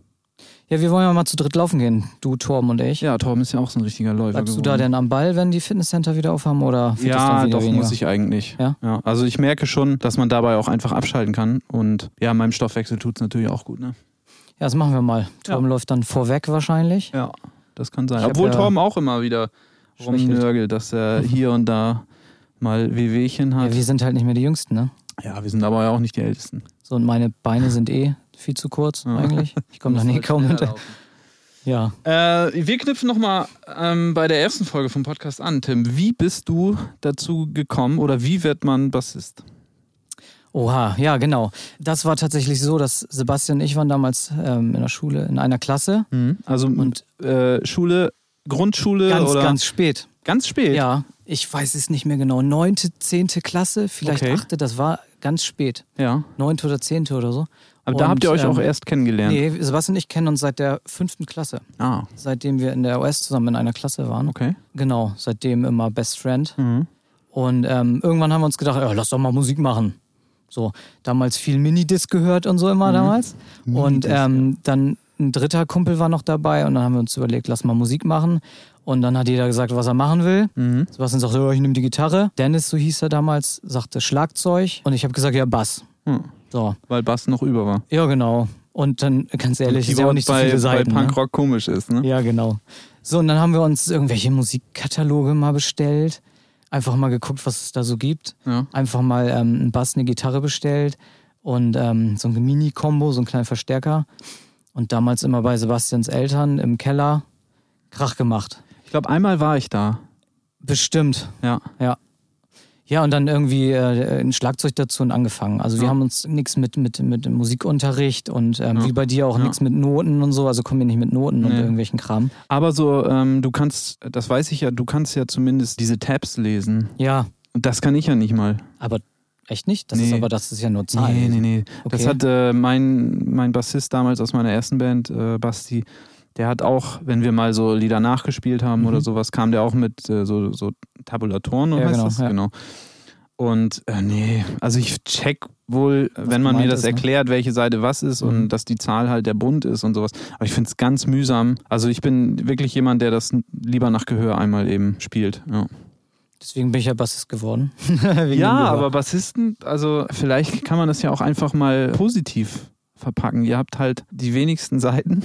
[SPEAKER 3] ja, wir wollen ja mal zu dritt laufen gehen, du, Torben und ich.
[SPEAKER 2] Ja, Torben ist ja auch so ein richtiger Läufer
[SPEAKER 3] Bleibst du da
[SPEAKER 2] geworden.
[SPEAKER 3] denn am Ball, wenn die Fitnesscenter wieder aufhaben oder wird das dann
[SPEAKER 2] ja,
[SPEAKER 3] wieder
[SPEAKER 2] doch
[SPEAKER 3] weniger?
[SPEAKER 2] muss ich eigentlich.
[SPEAKER 3] Ja?
[SPEAKER 2] Also ich merke schon, dass man dabei auch einfach abschalten kann und ja, meinem Stoffwechsel tut es natürlich auch gut. Ne?
[SPEAKER 3] Ja, das machen wir mal. Torben läuft dann vorweg wahrscheinlich.
[SPEAKER 2] Ja, das kann sein.
[SPEAKER 3] Ich hab
[SPEAKER 2] Obwohl
[SPEAKER 3] ja-
[SPEAKER 2] Torben auch immer wieder
[SPEAKER 3] Schwächelt.
[SPEAKER 2] rumnörgelt, dass
[SPEAKER 3] [laughs]
[SPEAKER 2] er hier und da mal Wehwehchen
[SPEAKER 3] Ja,
[SPEAKER 2] hat.
[SPEAKER 3] wir sind halt nicht mehr die Jüngsten, ne?
[SPEAKER 2] Ja, wir sind aber ja auch nicht die Ältesten.
[SPEAKER 3] So, und meine Beine sind eh viel zu kurz eigentlich.
[SPEAKER 2] [laughs]
[SPEAKER 3] Ich komme da nie kaum hinter. Ja.
[SPEAKER 2] Äh, wir knüpfen nochmal ähm, bei der ersten Folge vom Podcast an. Tim, wie bist du dazu gekommen oder wie wird man Bassist?
[SPEAKER 3] Oha, ja, genau. Das war tatsächlich so, dass Sebastian und ich waren damals ähm, in der Schule in einer Klasse.
[SPEAKER 2] Also und äh, Schule, Grundschule
[SPEAKER 3] Mhm. Ganz,
[SPEAKER 2] oder
[SPEAKER 3] ganz spät.
[SPEAKER 2] ganz spät.
[SPEAKER 3] Ja, ich weiß es nicht mehr genau. Neunte, zehnte Klasse, vielleicht
[SPEAKER 2] Okay.
[SPEAKER 3] achte, das war ganz spät.
[SPEAKER 2] Ja.
[SPEAKER 3] Neunte oder zehnte oder so.
[SPEAKER 2] Aber da
[SPEAKER 3] Und,
[SPEAKER 2] habt ihr euch
[SPEAKER 3] ähm,
[SPEAKER 2] auch erst kennengelernt.
[SPEAKER 3] Nee, Sebastian und ich kennen uns seit der fünften Klasse.
[SPEAKER 2] Ah,
[SPEAKER 3] Seitdem wir in der OS zusammen in einer Klasse waren.
[SPEAKER 2] okay.
[SPEAKER 3] Genau, seitdem immer Best Friend. Und ähm, irgendwann haben wir uns gedacht, ja, lass doch mal Musik machen. So, damals viel Minidisc gehört und so
[SPEAKER 2] Mhm.
[SPEAKER 3] immer damals. Und ähm, dann ein dritter Kumpel war noch dabei und dann haben wir uns überlegt, lass mal Musik machen. Und dann hat jeder gesagt, was er machen will.
[SPEAKER 2] Mhm.
[SPEAKER 3] Sebastian sagte, ja, ich nehme die Gitarre. Dennis, so hieß er damals, sagte Schlagzeug. Und ich habe gesagt, ja, Bass.
[SPEAKER 2] Hm.
[SPEAKER 3] So,
[SPEAKER 2] Weil Bass noch über war.
[SPEAKER 3] ja, genau. Und dann, ganz ehrlich, ist ja
[SPEAKER 2] Also Keyboard
[SPEAKER 3] auch nicht so
[SPEAKER 2] bei,
[SPEAKER 3] viele Seiten.
[SPEAKER 2] bei
[SPEAKER 3] ne?
[SPEAKER 2] Punkrock komisch ist, ne?
[SPEAKER 3] Ja, genau. So, und dann haben wir uns irgendwelche Musikkataloge mal bestellt. Einfach mal geguckt, was es da so gibt.
[SPEAKER 2] Ja.
[SPEAKER 3] Einfach mal ähm, einen Bass, eine Gitarre bestellt und ähm, so ein Mini-Kombo, so einen kleinen Verstärker. Und damals immer bei Sebastians Eltern im Keller Krach gemacht.
[SPEAKER 2] Ich glaube, einmal war ich da.
[SPEAKER 3] Bestimmt.
[SPEAKER 2] Ja.
[SPEAKER 3] Ja, und dann irgendwie äh, ein Schlagzeug dazu und angefangen. Also wir
[SPEAKER 2] Ja.
[SPEAKER 3] haben uns nichts mit, mit, mit Musikunterricht und ähm,
[SPEAKER 2] Ja.
[SPEAKER 3] wie bei dir auch
[SPEAKER 2] Ja.
[SPEAKER 3] nichts mit Noten und so. Also kommen wir nicht mit Noten und
[SPEAKER 2] Nee.
[SPEAKER 3] irgendwelchen Kram.
[SPEAKER 2] Aber so, ähm, du kannst, das weiß ich ja, du kannst ja zumindest diese Tabs lesen.
[SPEAKER 3] Ja,
[SPEAKER 2] Und das kann ich ja nicht mal.
[SPEAKER 3] Aber echt nicht? Das
[SPEAKER 2] Nee.
[SPEAKER 3] ist aber das ist ja nur Zahlen.
[SPEAKER 2] Nee, nee, nee. Das
[SPEAKER 3] Okay.
[SPEAKER 2] hat äh, mein, mein Bassist damals aus meiner ersten Band, äh, Basti, der hat auch, wenn wir mal so Lieder nachgespielt haben oder sowas, kam der auch mit äh, so, so Tabulatoren oder
[SPEAKER 3] Mhm. Ja,
[SPEAKER 2] heißt das?
[SPEAKER 3] genau, ja.
[SPEAKER 2] Genau. Und äh, nee, also ich check wohl, wenn man mir
[SPEAKER 3] gemeint
[SPEAKER 2] das
[SPEAKER 3] ist, ne? Mhm.
[SPEAKER 2] erklärt, welche Seite was ist und dass die Zahl halt der Bund ist und sowas. Aber ich finde es ganz mühsam. Also ich bin wirklich jemand, der das n- lieber nach Gehör einmal eben spielt. Ja,
[SPEAKER 3] Deswegen bin ich ja Bassist geworden. [laughs] Wegen dem
[SPEAKER 2] ja
[SPEAKER 3] Gehör.
[SPEAKER 2] aber Bassisten, also vielleicht kann man das ja auch einfach mal positiv verpacken. Ihr habt halt die wenigsten
[SPEAKER 3] [laughs]
[SPEAKER 2] Seiten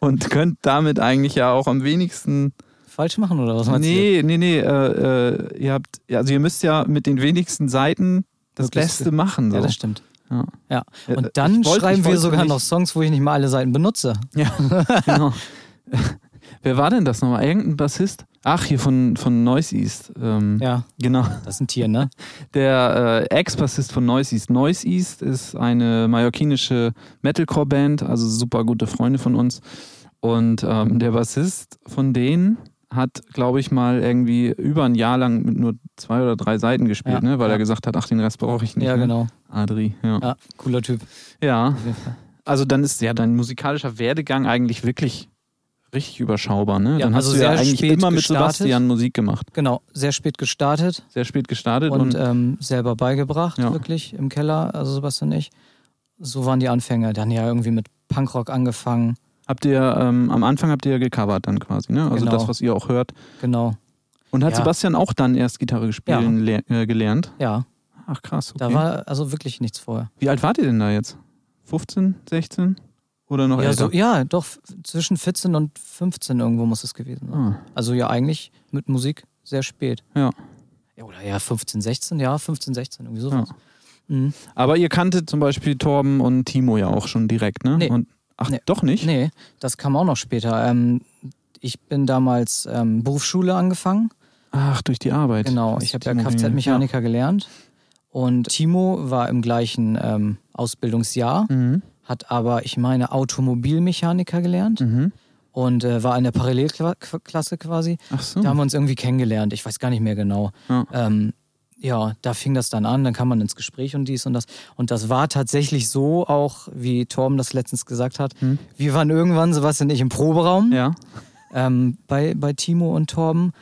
[SPEAKER 2] und könnt damit eigentlich ja auch am wenigsten
[SPEAKER 3] Falsch machen oder was meinst
[SPEAKER 2] nee, nee, nee, äh, äh, ihr habt, ja, also ihr müsst ja mit den wenigsten Seiten das
[SPEAKER 3] Möglichst-
[SPEAKER 2] Beste machen.
[SPEAKER 3] du?
[SPEAKER 2] So.
[SPEAKER 3] Ja, das stimmt.
[SPEAKER 2] Ja.
[SPEAKER 3] Ja.
[SPEAKER 2] Äh,
[SPEAKER 3] Und dann
[SPEAKER 2] ich wollt-
[SPEAKER 3] schreiben
[SPEAKER 2] ich
[SPEAKER 3] wir
[SPEAKER 2] wollte
[SPEAKER 3] sogar
[SPEAKER 2] nicht-
[SPEAKER 3] noch Songs, wo ich nicht mal alle Seiten benutze. [laughs]
[SPEAKER 2] Ja, genau. Wer war denn das nochmal? Irgendein Bassist? Ach, hier von, von Noise East. Ähm,
[SPEAKER 3] Ja,
[SPEAKER 2] Genau.
[SPEAKER 3] das ist ein Tier,
[SPEAKER 2] [laughs]
[SPEAKER 3] ne?
[SPEAKER 2] Der äh, Ex-Bassist von Noise East. Noise East ist eine mallorquinische Metalcore-Band, also super gute Freunde von uns. Und ähm, der Bassist von denen hat, glaube ich, mal irgendwie über ein Jahr lang mit nur zwei oder drei Seiten gespielt,
[SPEAKER 3] Ja,
[SPEAKER 2] ne? weil
[SPEAKER 3] ja.
[SPEAKER 2] er gesagt hat, ach, den Rest brauche ich nicht.
[SPEAKER 3] Ja,
[SPEAKER 2] ne?
[SPEAKER 3] genau.
[SPEAKER 2] Adri, ja.
[SPEAKER 3] Ja, cooler Typ.
[SPEAKER 2] Ja,
[SPEAKER 3] Auf jeden Fall.
[SPEAKER 2] also dann ist ja dein musikalischer Werdegang eigentlich wirklich richtig überschaubar, ne?
[SPEAKER 3] Ja,
[SPEAKER 2] dann hast
[SPEAKER 3] also
[SPEAKER 2] du ja
[SPEAKER 3] sehr
[SPEAKER 2] eigentlich
[SPEAKER 3] spät
[SPEAKER 2] immer mit
[SPEAKER 3] gestartet.
[SPEAKER 2] Sebastian Musik gemacht.
[SPEAKER 3] Genau, sehr spät gestartet
[SPEAKER 2] Sehr spät gestartet
[SPEAKER 3] und
[SPEAKER 2] und,
[SPEAKER 3] ähm, selber beigebracht,
[SPEAKER 2] Ja.
[SPEAKER 3] wirklich im Keller, also Sebastian und ich. So waren die Anfänge. Dann ja irgendwie mit Punkrock angefangen.
[SPEAKER 2] habt ihr ähm, am Anfang habt ihr ja gecovert dann quasi, ne? Also
[SPEAKER 3] Genau.
[SPEAKER 2] das, was ihr auch hört.
[SPEAKER 3] Genau.
[SPEAKER 2] Und hat
[SPEAKER 3] Ja.
[SPEAKER 2] Sebastian
[SPEAKER 3] Sebastian
[SPEAKER 2] auch dann erst Gitarre gespielen äh, gelernt?
[SPEAKER 3] Ja,
[SPEAKER 2] Ach krass, okay.
[SPEAKER 3] da war also wirklich nichts vorher.
[SPEAKER 2] Wie alt wart ihr denn da jetzt? 15, 16 oder noch
[SPEAKER 3] Ja,
[SPEAKER 2] älter?
[SPEAKER 3] so, ja, doch, f- zwischen 14 und 15 irgendwo muss es gewesen sein.
[SPEAKER 2] Ah,
[SPEAKER 3] Also ja, eigentlich mit Musik sehr spät.
[SPEAKER 2] ja.
[SPEAKER 3] Ja, oder ja, 15, 16, ja, 15, 16, irgendwie sowas. Mhm.
[SPEAKER 2] Aber ihr kanntet zum Beispiel Torben und Timo ja auch schon direkt, ne?
[SPEAKER 3] Nee.
[SPEAKER 2] Und, ach,
[SPEAKER 3] Nee.
[SPEAKER 2] doch nicht?
[SPEAKER 3] Nee, das kam auch noch später. Ähm, ich bin damals ähm, Berufsschule angefangen.
[SPEAKER 2] Ach, durch die Arbeit.
[SPEAKER 3] Genau,
[SPEAKER 2] Hast
[SPEAKER 3] ich habe ja
[SPEAKER 2] Timo kennengelernt.
[SPEAKER 3] Kfz-Mechaniker gelernt. Und Timo war im gleichen ähm, Ausbildungsjahr,
[SPEAKER 2] Mhm.
[SPEAKER 3] hat aber, ich meine, Automobilmechaniker gelernt
[SPEAKER 2] Mhm.
[SPEAKER 3] und äh, war in der Parallelklasse quasi.
[SPEAKER 2] Ach so.
[SPEAKER 3] Da haben wir uns irgendwie kennengelernt. Ich weiß gar nicht mehr genau.
[SPEAKER 2] Ja.
[SPEAKER 3] Ähm, ja, da fing das dann an. Dann kam man ins Gespräch und dies und das. Und das war tatsächlich so, auch wie Torben das letztens gesagt hat. Wir waren irgendwann, Sebastian und ich, im Proberaum
[SPEAKER 2] Ja.
[SPEAKER 3] ähm, bei, bei Timo und Torben.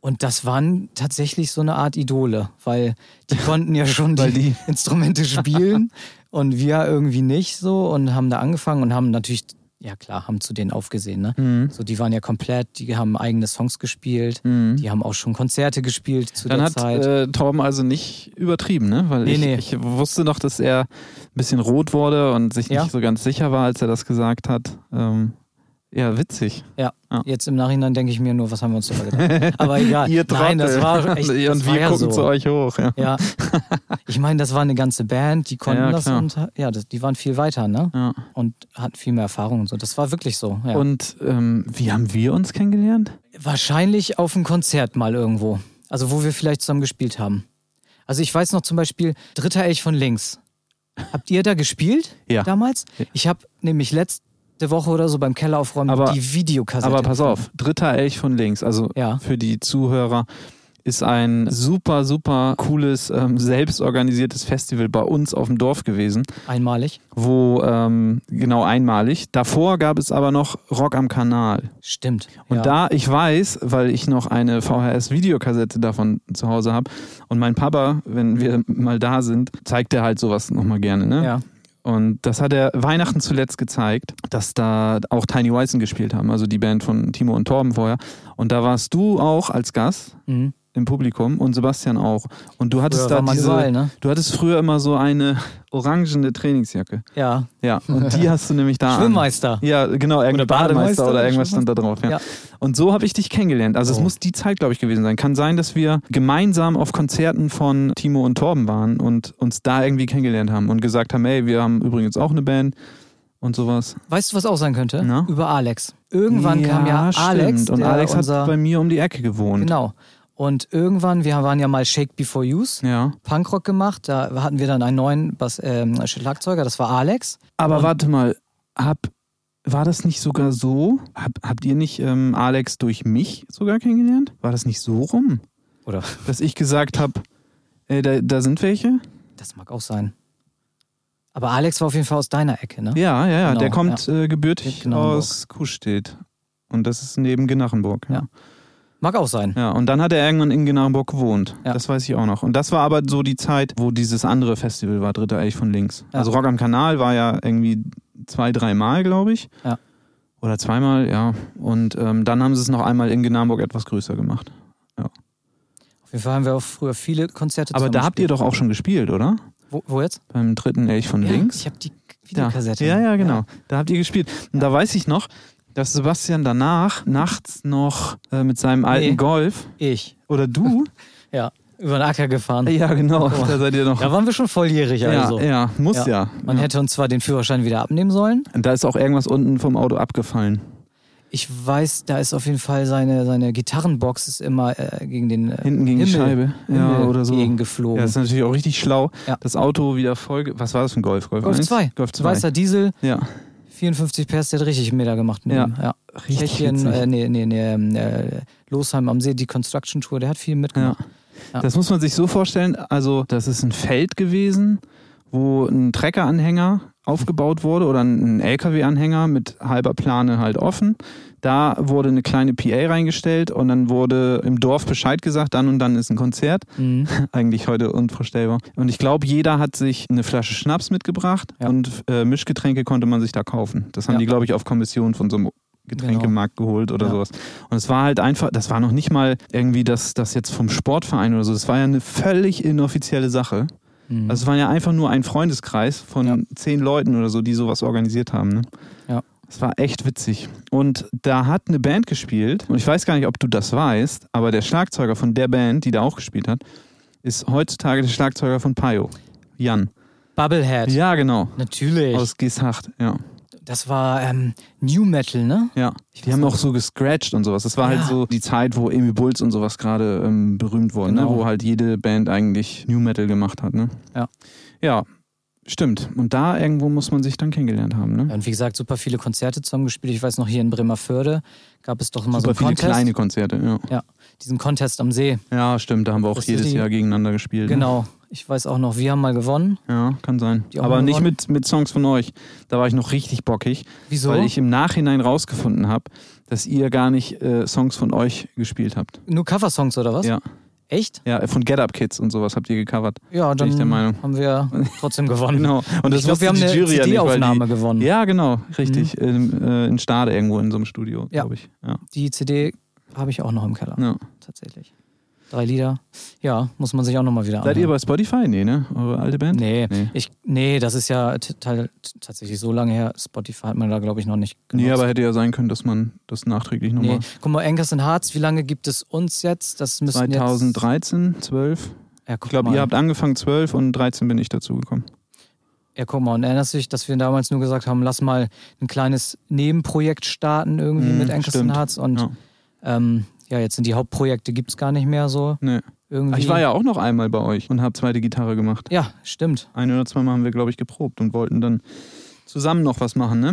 [SPEAKER 3] Und das waren tatsächlich so eine Art Idole, weil
[SPEAKER 2] [laughs]
[SPEAKER 3] die konnten ja schon die,
[SPEAKER 2] Weil die-
[SPEAKER 3] [laughs]
[SPEAKER 2] [laughs]
[SPEAKER 3] Instrumente spielen und wir irgendwie nicht so und haben da angefangen und haben natürlich, ja klar, haben zu denen aufgesehen. Ne?
[SPEAKER 2] Mhm.
[SPEAKER 3] So, die waren ja komplett, die haben eigene Songs gespielt, die haben auch schon Konzerte gespielt zu
[SPEAKER 2] Mhm. Dann
[SPEAKER 3] der
[SPEAKER 2] hat
[SPEAKER 3] Zeit.
[SPEAKER 2] äh, Torben also nicht übertrieben, ne? Weil
[SPEAKER 3] Nee,
[SPEAKER 2] ich,
[SPEAKER 3] nee.
[SPEAKER 2] ich wusste noch, dass er ein bisschen rot wurde und sich
[SPEAKER 3] Ja.
[SPEAKER 2] nicht so ganz sicher war, als er das gesagt hat. Ähm, ja, witzig.
[SPEAKER 3] Ja,
[SPEAKER 2] Ja.
[SPEAKER 3] jetzt im Nachhinein denke ich mir nur, was haben wir uns dabei
[SPEAKER 2] [laughs]
[SPEAKER 3] gedacht. Aber egal. Nein, das war echt,
[SPEAKER 2] und
[SPEAKER 3] das
[SPEAKER 2] wir
[SPEAKER 3] war ja
[SPEAKER 2] gucken
[SPEAKER 3] so.
[SPEAKER 2] zu euch hoch. Ja. [laughs]
[SPEAKER 3] Ja. Ich meine, das war eine ganze Band, die konnten
[SPEAKER 2] Ja,
[SPEAKER 3] das
[SPEAKER 2] klar.
[SPEAKER 3] und ja, das, die waren viel weiter, ne?
[SPEAKER 2] Ja.
[SPEAKER 3] Und hatten viel mehr Erfahrung und so. Das war wirklich so. Ja.
[SPEAKER 2] Und ähm, wie haben wir uns kennengelernt?
[SPEAKER 3] wahrscheinlich auf einem Konzert mal irgendwo. Also wo wir vielleicht zusammen gespielt haben. Also ich weiß noch zum Beispiel Dritter Elch von links. Habt ihr da gespielt
[SPEAKER 2] Ja.
[SPEAKER 3] damals? Ich habe nämlich letzte Woche oder so beim Keller aufräumen
[SPEAKER 2] Aber-
[SPEAKER 3] die Videokassette.
[SPEAKER 2] Aber pass auf, dritter Elch von links, also
[SPEAKER 3] Ja.
[SPEAKER 2] für die Zuhörer, ist ein super, super cooles, ähm, selbstorganisiertes Festival bei uns auf dem Dorf gewesen,
[SPEAKER 3] Einmalig.
[SPEAKER 2] wo ähm, genau einmalig. Davor gab es aber noch Rock am Kanal.
[SPEAKER 3] Stimmt.
[SPEAKER 2] Und
[SPEAKER 3] ja.
[SPEAKER 2] da, ich weiß, weil ich noch eine VHS-Videokassette davon zu Hause habe. Und mein Papa, wenn wir mal da sind, zeigt er halt sowas nochmal gerne. Ne?
[SPEAKER 3] Ja.
[SPEAKER 2] Und das hat er Weihnachten zuletzt gezeigt, dass da auch Tiny Weizen gespielt haben, also die Band von Timo und Torben vorher. Und da warst du auch als Gast
[SPEAKER 3] Mhm.
[SPEAKER 2] im Publikum und Sebastian auch. Und du hattest
[SPEAKER 3] Früher
[SPEAKER 2] da
[SPEAKER 3] war man
[SPEAKER 2] diese,
[SPEAKER 3] überall, ne?
[SPEAKER 2] du hattest früher immer so eine orangene Trainingsjacke.
[SPEAKER 3] Ja.
[SPEAKER 2] Ja, und die hast du nämlich da. an.
[SPEAKER 3] Schwimmmeister.
[SPEAKER 2] Ja, genau, irgendein Bademeister
[SPEAKER 3] Bademeister
[SPEAKER 2] oder
[SPEAKER 3] oder
[SPEAKER 2] irgendwas stand da drauf. Ja.
[SPEAKER 3] Ja.
[SPEAKER 2] Und so habe ich dich kennengelernt. Also es
[SPEAKER 3] Oh.
[SPEAKER 2] muss die Zeit, glaube ich, gewesen sein. Kann sein, dass wir gemeinsam auf Konzerten von Timo und Torben waren und uns da irgendwie kennengelernt haben und gesagt haben, hey, wir haben übrigens auch eine Band und sowas.
[SPEAKER 3] Weißt du, was auch sein könnte?
[SPEAKER 2] Na?
[SPEAKER 3] Über Alex. Irgendwann kam ja
[SPEAKER 2] stimmt.
[SPEAKER 3] Alex.
[SPEAKER 2] Und
[SPEAKER 3] der
[SPEAKER 2] Alex hat
[SPEAKER 3] unser,
[SPEAKER 2] bei mir um die Ecke gewohnt.
[SPEAKER 3] Genau. Und irgendwann, wir waren ja mal Shake Before Use.
[SPEAKER 2] Ja.
[SPEAKER 3] Punkrock gemacht, da hatten wir dann einen neuen Bass, ähm, Schlagzeuger, das war Alex.
[SPEAKER 2] Aber warte mal, hab, war das nicht sogar so? Hab, habt ihr nicht ähm, Alex durch mich sogar kennengelernt? War das nicht so rum?
[SPEAKER 3] Oder?
[SPEAKER 2] Dass ich gesagt habe, äh, da, da sind welche?
[SPEAKER 3] Das mag auch sein. Aber Alex war auf jeden Fall aus deiner Ecke, ne?
[SPEAKER 2] Ja, ja, ja.
[SPEAKER 3] Genau,
[SPEAKER 2] der kommt äh, gebürtig
[SPEAKER 3] Gnochenburg.
[SPEAKER 2] aus Kuhstedt. Und das ist neben Genachenburg. Ja.
[SPEAKER 3] Ja. Mag auch sein.
[SPEAKER 2] ja, und dann hat er irgendwann in Genachenburg gewohnt.
[SPEAKER 3] Ja.
[SPEAKER 2] Das weiß ich auch noch. Und das war aber so die Zeit, wo dieses andere Festival war, Dritter Elch von links.
[SPEAKER 3] Ja.
[SPEAKER 2] Also Rock am Kanal war ja irgendwie zwei, dreimal, glaube ich.
[SPEAKER 3] Ja.
[SPEAKER 2] Oder zweimal, ja. Und ähm, dann haben sie es noch einmal in Genachenburg etwas größer gemacht.
[SPEAKER 3] Auf jeden Fall haben wir auch früher viele Konzerte
[SPEAKER 2] Aber da habt ihr doch auch schon gespielt, oder?
[SPEAKER 3] Wo, wo jetzt?
[SPEAKER 2] Beim dritten Elch von
[SPEAKER 3] Ja,
[SPEAKER 2] links.
[SPEAKER 3] Ich habe die
[SPEAKER 2] Da.
[SPEAKER 3] Videokassette.
[SPEAKER 2] Ja, ja, genau. Da habt ihr gespielt. Und da weiß ich noch, dass Sebastian danach nachts noch äh, mit seinem alten
[SPEAKER 3] Nee.
[SPEAKER 2] Golf
[SPEAKER 3] Ich.
[SPEAKER 2] oder
[SPEAKER 3] [laughs]
[SPEAKER 2] du,
[SPEAKER 3] Ja. Über den Acker gefahren.
[SPEAKER 2] ja genau,
[SPEAKER 3] Oh.
[SPEAKER 2] [laughs] da seid ihr
[SPEAKER 3] [laughs]
[SPEAKER 2] noch.
[SPEAKER 3] Da waren wir schon volljährig, also.
[SPEAKER 2] ja, ja, muss ja.
[SPEAKER 3] Ja. Man
[SPEAKER 2] ja.
[SPEAKER 3] hätte uns zwar den Führerschein wieder abnehmen sollen.
[SPEAKER 2] Und da ist auch irgendwas unten vom Auto abgefallen.
[SPEAKER 3] Ich weiß, da ist auf jeden Fall seine, seine Gitarrenbox ist immer äh, gegen den äh,
[SPEAKER 2] Hinten gegen die
[SPEAKER 3] Himmel-
[SPEAKER 2] Scheibe. Ja,
[SPEAKER 3] Himmel
[SPEAKER 2] oder so. Ja,
[SPEAKER 3] gegengeflogen.
[SPEAKER 2] das ist natürlich auch richtig schlau.
[SPEAKER 3] Ja.
[SPEAKER 2] Das Auto wieder voll. ge- Was war das für ein Golf? Golf,
[SPEAKER 3] Golf
[SPEAKER 2] 1?
[SPEAKER 3] 2.
[SPEAKER 2] Golf 2.
[SPEAKER 3] Weißer Diesel,
[SPEAKER 2] Ja.
[SPEAKER 3] 54 PS, der hat richtig einen Meter gemacht. Mit
[SPEAKER 2] Ja.
[SPEAKER 3] Ihm. ja.
[SPEAKER 2] Richtig
[SPEAKER 3] Tschechien,
[SPEAKER 2] witzig.
[SPEAKER 3] äh, nee, nee, nee, ähm, äh, Losheim am See, die Construction Tour, der hat viel mitgemacht. Ja.
[SPEAKER 2] Das muss man sich so vorstellen. Also, das ist ein Feld gewesen, wo ein Treckeranhänger aufgebaut wurde oder ein LKW-Anhänger mit halber Plane halt offen. Da wurde eine kleine PA reingestellt und dann wurde im Dorf Bescheid gesagt, dann und dann ist ein Konzert. [laughs]
[SPEAKER 3] Mhm.
[SPEAKER 2] Eigentlich heute unvorstellbar. Und ich glaube, jeder hat sich eine Flasche Schnaps mitgebracht
[SPEAKER 3] Ja.
[SPEAKER 2] und äh, Mischgetränke konnte man sich da kaufen. Das haben
[SPEAKER 3] Ja. Genau.
[SPEAKER 2] die, glaube ich, auf Kommission von so einem Getränkemarkt geholt oder
[SPEAKER 3] Ja.
[SPEAKER 2] sowas. Und es war halt einfach, das war noch nicht mal irgendwie das, das jetzt vom Sportverein oder so. Das war ja eine völlig inoffizielle Sache.
[SPEAKER 3] Mhm.
[SPEAKER 2] Also es war ja einfach nur ein Freundeskreis von
[SPEAKER 3] Ja.
[SPEAKER 2] zehn Leuten oder so, die sowas organisiert haben. Ne?
[SPEAKER 3] Ja.
[SPEAKER 2] Das war echt witzig. Und da hat eine Band gespielt, und ich weiß gar nicht, ob du das weißt, aber der Schlagzeuger von der Band, die da auch gespielt hat, ist heutzutage der Schlagzeuger von Payo. Jan.
[SPEAKER 3] Bubblehead.
[SPEAKER 2] Ja, genau.
[SPEAKER 3] Natürlich.
[SPEAKER 2] Aus Gieshacht, ja.
[SPEAKER 3] das war ähm, New Metal, ne?
[SPEAKER 2] Ja, die haben auch so gescratcht und sowas. Das war
[SPEAKER 3] Ja.
[SPEAKER 2] halt so die Zeit, wo Amy Bulls und sowas gerade ähm, berühmt wurden, ne?
[SPEAKER 3] Genau.
[SPEAKER 2] wo halt jede Band eigentlich New Metal gemacht hat. Ne?
[SPEAKER 3] Ja.
[SPEAKER 2] Ja, stimmt. Und da irgendwo muss man sich dann kennengelernt haben. Ne?
[SPEAKER 3] Ja, Und wie gesagt, super viele Konzerte zusammen gespielt. Ich weiß noch, hier in Bremerförde gab es doch immer
[SPEAKER 2] Super
[SPEAKER 3] so
[SPEAKER 2] viele
[SPEAKER 3] einen Contest.
[SPEAKER 2] kleine Konzerte. Ja.
[SPEAKER 3] ja, diesen Contest am See.
[SPEAKER 2] ja, stimmt. Da haben wir auch
[SPEAKER 3] Das ist
[SPEAKER 2] jedes
[SPEAKER 3] die-
[SPEAKER 2] Jahr gegeneinander gespielt. ne?
[SPEAKER 3] Genau. Ich weiß auch noch, wir haben mal gewonnen.
[SPEAKER 2] Ja, kann sein.
[SPEAKER 3] Die auch
[SPEAKER 2] Aber
[SPEAKER 3] mal
[SPEAKER 2] nicht
[SPEAKER 3] gewonnen?
[SPEAKER 2] mit, mit Songs von euch. Da war ich noch richtig bockig,
[SPEAKER 3] Wieso?
[SPEAKER 2] weil ich im Nachhinein rausgefunden habe, dass ihr gar nicht äh, Songs von euch gespielt habt.
[SPEAKER 3] Nur Coversongs oder was?
[SPEAKER 2] Ja.
[SPEAKER 3] Echt?
[SPEAKER 2] Ja, äh, von Get Up Kids und sowas habt ihr gecovert.
[SPEAKER 3] Ja, dann
[SPEAKER 2] ich der Meinung.
[SPEAKER 3] haben wir
[SPEAKER 2] [laughs]
[SPEAKER 3] trotzdem gewonnen.
[SPEAKER 2] Genau. Und das
[SPEAKER 3] ich glaube, wir haben
[SPEAKER 2] wusste
[SPEAKER 3] eine
[SPEAKER 2] die Jury ja nicht, weil
[SPEAKER 3] CD-Aufnahme
[SPEAKER 2] die,
[SPEAKER 3] gewonnen. Mhm.
[SPEAKER 2] Ja, genau, richtig. In, äh, in Stade irgendwo in so einem Studio,
[SPEAKER 3] Ja. Ah.
[SPEAKER 2] glaube ich. Ja.
[SPEAKER 3] Die CD habe ich auch noch im Keller,
[SPEAKER 2] Ja.
[SPEAKER 3] tatsächlich. Drei Lieder. Ja, muss man sich auch nochmal wieder
[SPEAKER 2] Seid ihr
[SPEAKER 3] anhören.
[SPEAKER 2] bei Spotify? Nee, ne? Eure alte Band?
[SPEAKER 3] Nee,
[SPEAKER 2] Nee.
[SPEAKER 3] Ich, nee, das ist ja t- teil- t- tatsächlich so lange her. Spotify hat man da, glaube ich, noch nicht genutzt.
[SPEAKER 2] Nee, aber hätte ja sein können, dass man das nachträglich
[SPEAKER 3] Genau. Nee.
[SPEAKER 2] nochmal.
[SPEAKER 3] Guck mal, Anchors and Hearts, wie lange gibt es uns jetzt? Das müssen jetzt...
[SPEAKER 2] 2013, 12.
[SPEAKER 3] Ja,
[SPEAKER 2] Ich
[SPEAKER 3] guck
[SPEAKER 2] glaube,
[SPEAKER 3] mal.
[SPEAKER 2] ihr habt angefangen 12 und 13 bin ich dazugekommen.
[SPEAKER 3] Ja, guck mal, und erinnerst du dich, dass wir damals nur gesagt haben, lass mal ein kleines Nebenprojekt starten irgendwie
[SPEAKER 2] Mhm,
[SPEAKER 3] mit Anchors
[SPEAKER 2] stimmt.
[SPEAKER 3] and Hearts. Und
[SPEAKER 2] Ja.
[SPEAKER 3] ja. Ähm, ja, jetzt sind die Hauptprojekte, gibt es gar nicht mehr so.
[SPEAKER 2] Nee.
[SPEAKER 3] irgendwie.
[SPEAKER 2] Ah, Ich war ja auch noch einmal bei euch und habe zweite Gitarre gemacht.
[SPEAKER 3] Ja, stimmt.
[SPEAKER 2] Ein oder zweimal haben wir, glaube ich, geprobt und wollten dann zusammen noch was machen, ne?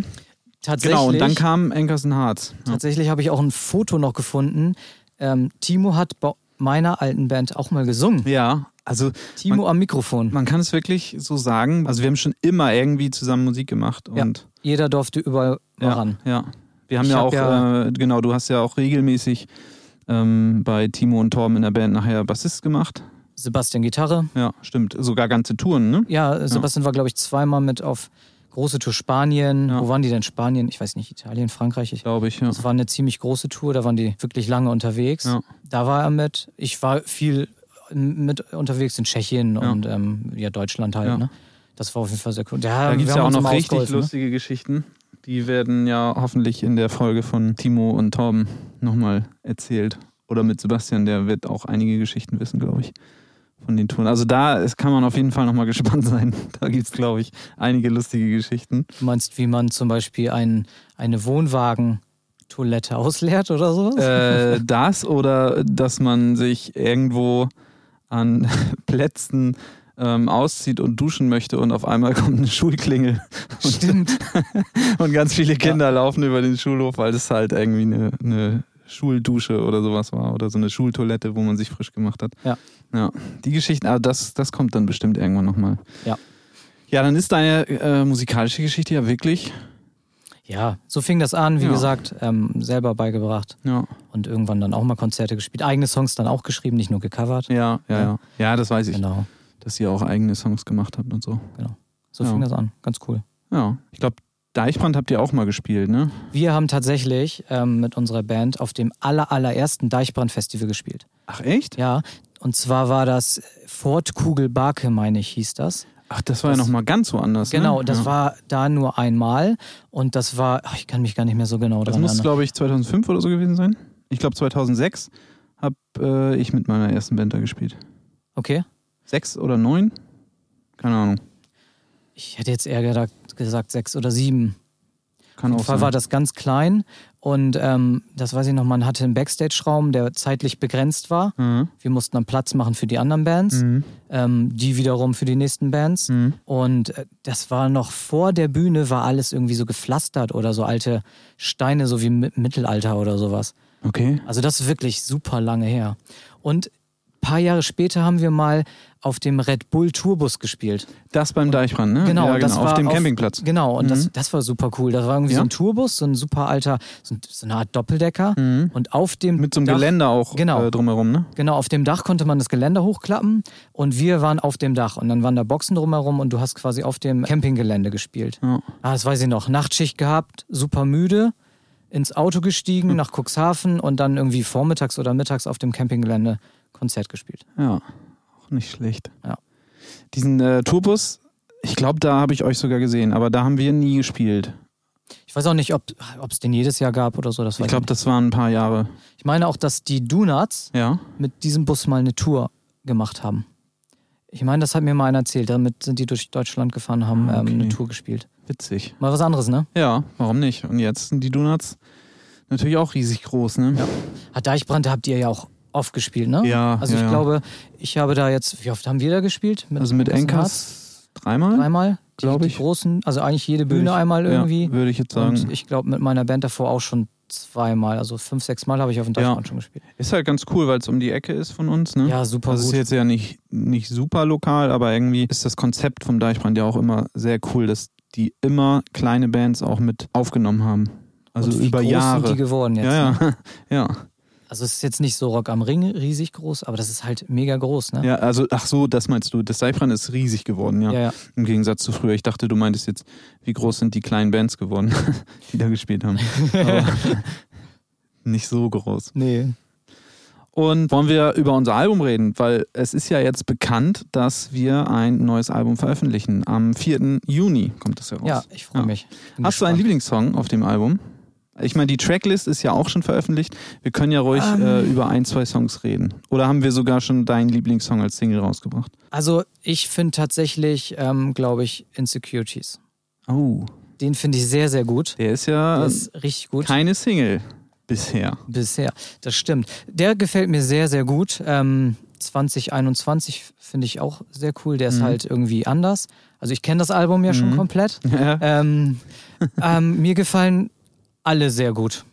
[SPEAKER 3] Tatsächlich.
[SPEAKER 2] Genau, und dann kam Ankerson Harz. Ja.
[SPEAKER 3] Tatsächlich habe ich auch ein Foto noch gefunden. Ähm, Timo hat bei meiner alten Band auch mal gesungen.
[SPEAKER 2] ja, also
[SPEAKER 3] Timo am Mikrofon.
[SPEAKER 2] man kann es wirklich so sagen. Also wir haben schon immer irgendwie zusammen Musik gemacht
[SPEAKER 3] Ja.
[SPEAKER 2] und
[SPEAKER 3] Jeder durfte überall mal
[SPEAKER 2] ja,
[SPEAKER 3] ran.
[SPEAKER 2] ja. Wir haben
[SPEAKER 3] Ich
[SPEAKER 2] ja
[SPEAKER 3] hab
[SPEAKER 2] auch,
[SPEAKER 3] ja-
[SPEAKER 2] äh, genau, du hast ja auch regelmäßig ähm, bei Timo und Torben in der Band nachher Bassist gemacht.
[SPEAKER 3] Sebastian Gitarre.
[SPEAKER 2] Ja, stimmt. Sogar ganze Touren, ne?
[SPEAKER 3] Ja, Sebastian war, glaube ich, zweimal mit auf große Tour Spanien.
[SPEAKER 2] Ja.
[SPEAKER 3] Wo waren die denn? Spanien? Ich weiß nicht, Italien, Frankreich. Ich,
[SPEAKER 2] Glaube ich, ja.
[SPEAKER 3] Das war eine ziemlich große Tour, da waren die wirklich lange unterwegs.
[SPEAKER 2] Ja.
[SPEAKER 3] Da war er mit. Ich war viel äh, mit unterwegs in Tschechien und ähm, ja, Deutschland halt.
[SPEAKER 2] Ja.
[SPEAKER 3] Ne? Das war auf jeden Fall sehr cool.
[SPEAKER 2] Da gibt es ja auch noch richtig
[SPEAKER 3] Lust.
[SPEAKER 2] lustige Geschichten. Die werden ja hoffentlich in der Folge von Timo und Torben nochmal erzählt. Oder mit Sebastian, der wird auch einige Geschichten wissen, glaube ich, von den Touren. Also da es kann man auf jeden Fall nochmal [laughs] gespannt sein. Da gibt es, glaube ich, einige lustige Geschichten.
[SPEAKER 3] Du meinst, wie man zum Beispiel ein, eine Wohnwagentoilette [laughs] ausleert oder so?
[SPEAKER 2] Äh, das oder dass man sich irgendwo an [laughs] Plätzen ähm, auszieht und duschen möchte und auf einmal kommt eine Schulklingel
[SPEAKER 3] [laughs] Stimmt.
[SPEAKER 2] Und ganz viele Kinder laufen über den Schulhof, weil das halt irgendwie eine, eine Schuldusche oder sowas war oder so eine Schultoilette, wo man sich frisch gemacht hat.
[SPEAKER 3] Ja.
[SPEAKER 2] Ja, die Geschichten, aber das, das kommt dann bestimmt irgendwann nochmal.
[SPEAKER 3] Ja.
[SPEAKER 2] Ja, dann ist deine äh, musikalische Geschichte ja wirklich.
[SPEAKER 3] Ja, so fing das an, wie
[SPEAKER 2] Ja.
[SPEAKER 3] gesagt, ähm, selber beigebracht
[SPEAKER 2] Ja,
[SPEAKER 3] und irgendwann dann auch mal Konzerte gespielt. Eigene Songs dann auch geschrieben, nicht nur gecovert.
[SPEAKER 2] ja, ja, ja. Ja, das weiß ich,
[SPEAKER 3] Genau,
[SPEAKER 2] dass ihr auch eigene Songs gemacht habt und so.
[SPEAKER 3] genau. So
[SPEAKER 2] Ja.
[SPEAKER 3] fing das an. Ganz cool.
[SPEAKER 2] Ja, ich glaube, Deichbrand habt ihr auch mal gespielt, ne?
[SPEAKER 3] Wir haben tatsächlich ähm, mit unserer Band auf dem aller, allerersten Deichbrand-Festival gespielt.
[SPEAKER 2] Ach, echt?
[SPEAKER 3] Ja, und zwar war das Fort Kugel Barke, meine ich, hieß das.
[SPEAKER 2] Ach, das war ja
[SPEAKER 3] Das-
[SPEAKER 2] nochmal ganz woanders.
[SPEAKER 3] Genau,
[SPEAKER 2] ne?
[SPEAKER 3] das
[SPEAKER 2] ja.
[SPEAKER 3] war da nur einmal und das war, ach, ich kann mich gar nicht mehr so genau
[SPEAKER 2] Das
[SPEAKER 3] dran
[SPEAKER 2] muss,
[SPEAKER 3] erinnern.
[SPEAKER 2] glaube ich, 2005 oder so gewesen sein. Ich glaube, 2006 habe äh, ich mit meiner ersten Band da gespielt.
[SPEAKER 3] Okay,
[SPEAKER 2] Sechs oder neun? Keine Ahnung.
[SPEAKER 3] ich hätte jetzt eher gedacht, gesagt sechs oder sieben.
[SPEAKER 2] Kann
[SPEAKER 3] Auf
[SPEAKER 2] auch
[SPEAKER 3] jeden Fall
[SPEAKER 2] sein.
[SPEAKER 3] war das ganz klein und ähm, das weiß ich noch, man hatte einen Backstage-Raum, der zeitlich begrenzt war.
[SPEAKER 2] Mhm.
[SPEAKER 3] Wir mussten dann Platz machen für die anderen Bands,
[SPEAKER 2] Mhm.
[SPEAKER 3] ähm, die wiederum für die nächsten Bands.
[SPEAKER 2] Mhm.
[SPEAKER 3] Und äh, das war noch vor der Bühne, war alles irgendwie so gepflastert oder so alte Steine, so wie im Mi- Mittelalter oder sowas.
[SPEAKER 2] Okay.
[SPEAKER 3] Also das ist wirklich super lange her. Und ein paar Jahre später haben wir mal auf dem Red Bull Tourbus gespielt.
[SPEAKER 2] Das beim Deichbrand, ne?
[SPEAKER 3] Genau,
[SPEAKER 2] ja, genau.
[SPEAKER 3] das war
[SPEAKER 2] auf dem Campingplatz. Mhm.
[SPEAKER 3] Genau, und das, das war super cool. Das war irgendwie
[SPEAKER 2] Ja.
[SPEAKER 3] so ein Tourbus, so ein super alter, so, ein- so eine Art Doppeldecker. Und auf dem
[SPEAKER 2] Mhm. Mit so einem
[SPEAKER 3] Dach,
[SPEAKER 2] Geländer auch
[SPEAKER 3] Genau.
[SPEAKER 2] äh, drumherum, ne?
[SPEAKER 3] Genau, auf dem Dach konnte man das Geländer hochklappen und wir waren auf dem Dach und dann waren da Boxen drumherum und du hast quasi auf dem Campinggelände gespielt.
[SPEAKER 2] Ja.
[SPEAKER 3] Ah, das weiß ich noch. Nachtschicht gehabt, super müde, ins Auto
[SPEAKER 2] Hm.
[SPEAKER 3] gestiegen nach Cuxhaven und dann irgendwie vormittags oder mittags auf dem Campinggelände Konzert gespielt.
[SPEAKER 2] Ja. Auch nicht schlecht.
[SPEAKER 3] Ja.
[SPEAKER 2] Diesen äh, Tourbus, ich glaube, da habe ich euch sogar gesehen, aber da haben wir nie gespielt.
[SPEAKER 3] Ich weiß auch nicht, ob es den jedes Jahr gab oder so. Das weiß
[SPEAKER 2] Ich glaube,
[SPEAKER 3] ich, nicht.
[SPEAKER 2] das waren ein paar Jahre.
[SPEAKER 3] ich meine auch, dass die Donuts
[SPEAKER 2] Ja.
[SPEAKER 3] mit diesem Bus mal eine Tour gemacht haben. Ich meine, das hat mir mal einer erzählt. Damit sind die durch Deutschland gefahren, haben
[SPEAKER 2] Ah,
[SPEAKER 3] ähm, eine
[SPEAKER 2] okay.
[SPEAKER 3] Tour gespielt.
[SPEAKER 2] Witzig.
[SPEAKER 3] Mal was anderes, ne?
[SPEAKER 2] Ja, warum nicht? Und jetzt sind die Donuts natürlich auch riesig groß, ne?
[SPEAKER 3] Hat Ah, Deichbrand habt ihr ja auch oft gespielt, ne?
[SPEAKER 2] Ja,
[SPEAKER 3] Also ich
[SPEAKER 2] ja, ja.
[SPEAKER 3] glaube, ich habe da jetzt, wie oft haben wir da gespielt?
[SPEAKER 2] Also mit
[SPEAKER 3] Enkas
[SPEAKER 2] Enkers dreimal,
[SPEAKER 3] Dreimal, die-
[SPEAKER 2] Glaub
[SPEAKER 3] Die
[SPEAKER 2] ich.
[SPEAKER 3] großen, also eigentlich jede
[SPEAKER 2] Würde
[SPEAKER 3] Bühne
[SPEAKER 2] ich-
[SPEAKER 3] einmal irgendwie.
[SPEAKER 2] Ja, würde ich jetzt sagen.
[SPEAKER 3] und ich glaube, mit meiner Band davor auch schon zweimal, also fünf, sechs Mal habe ich auf dem
[SPEAKER 2] Ja.
[SPEAKER 3] Deichbrand schon gespielt.
[SPEAKER 2] ist halt ganz cool, weil es um die Ecke ist von uns, ne?
[SPEAKER 3] Ja, super
[SPEAKER 2] Das ist
[SPEAKER 3] gut.
[SPEAKER 2] jetzt ja nicht, nicht super lokal, aber irgendwie ist das Konzept vom Deichbrand ja auch immer sehr cool, dass die immer kleine Bands auch mit aufgenommen haben. Also
[SPEAKER 3] und wie
[SPEAKER 2] über
[SPEAKER 3] groß
[SPEAKER 2] Jahre.
[SPEAKER 3] sind die geworden jetzt?
[SPEAKER 2] ja,
[SPEAKER 3] Ne?
[SPEAKER 2] ja. [laughs] ja.
[SPEAKER 3] Also es ist jetzt nicht so Rock am Ring riesig groß, aber das ist halt mega groß, ne?
[SPEAKER 2] Ja, also ach so, das meinst du. Das Deichbrand ist riesig geworden, ja.
[SPEAKER 3] ja, ja.
[SPEAKER 2] Im Gegensatz zu früher. Ich dachte, du meintest jetzt, wie groß sind die kleinen Bands geworden, [laughs] die da gespielt haben. Aber
[SPEAKER 3] [laughs]
[SPEAKER 2] nicht so groß.
[SPEAKER 3] Nee.
[SPEAKER 2] Und wollen wir über unser Album reden, weil es ist ja jetzt bekannt, dass wir ein neues Album veröffentlichen. Am 4. Juni kommt das heraus.
[SPEAKER 3] Ja, ich freue
[SPEAKER 2] Ja.
[SPEAKER 3] mich. Bin
[SPEAKER 2] Hast du einen
[SPEAKER 3] gespannt.
[SPEAKER 2] Lieblingssong auf dem Album? Ich meine, die Tracklist ist ja auch schon veröffentlicht. Wir können ja ruhig
[SPEAKER 3] Ähm.
[SPEAKER 2] äh, über ein, zwei Songs reden. Oder haben wir sogar schon deinen Lieblingssong als Single rausgebracht?
[SPEAKER 3] Also ich finde tatsächlich, ähm, glaube ich, Insecurities.
[SPEAKER 2] Oh,
[SPEAKER 3] Den finde ich sehr, sehr gut.
[SPEAKER 2] der ist ja
[SPEAKER 3] Der ist richtig gut.
[SPEAKER 2] keine Single bisher.
[SPEAKER 3] Bisher, das stimmt. Der gefällt mir sehr, sehr gut. Ähm, 2021 finde ich auch sehr cool. Der ist
[SPEAKER 2] Mhm.
[SPEAKER 3] halt irgendwie anders. Also ich kenne das Album ja schon komplett.
[SPEAKER 2] Ja.
[SPEAKER 3] Ähm, ähm, mir gefallen alle sehr gut.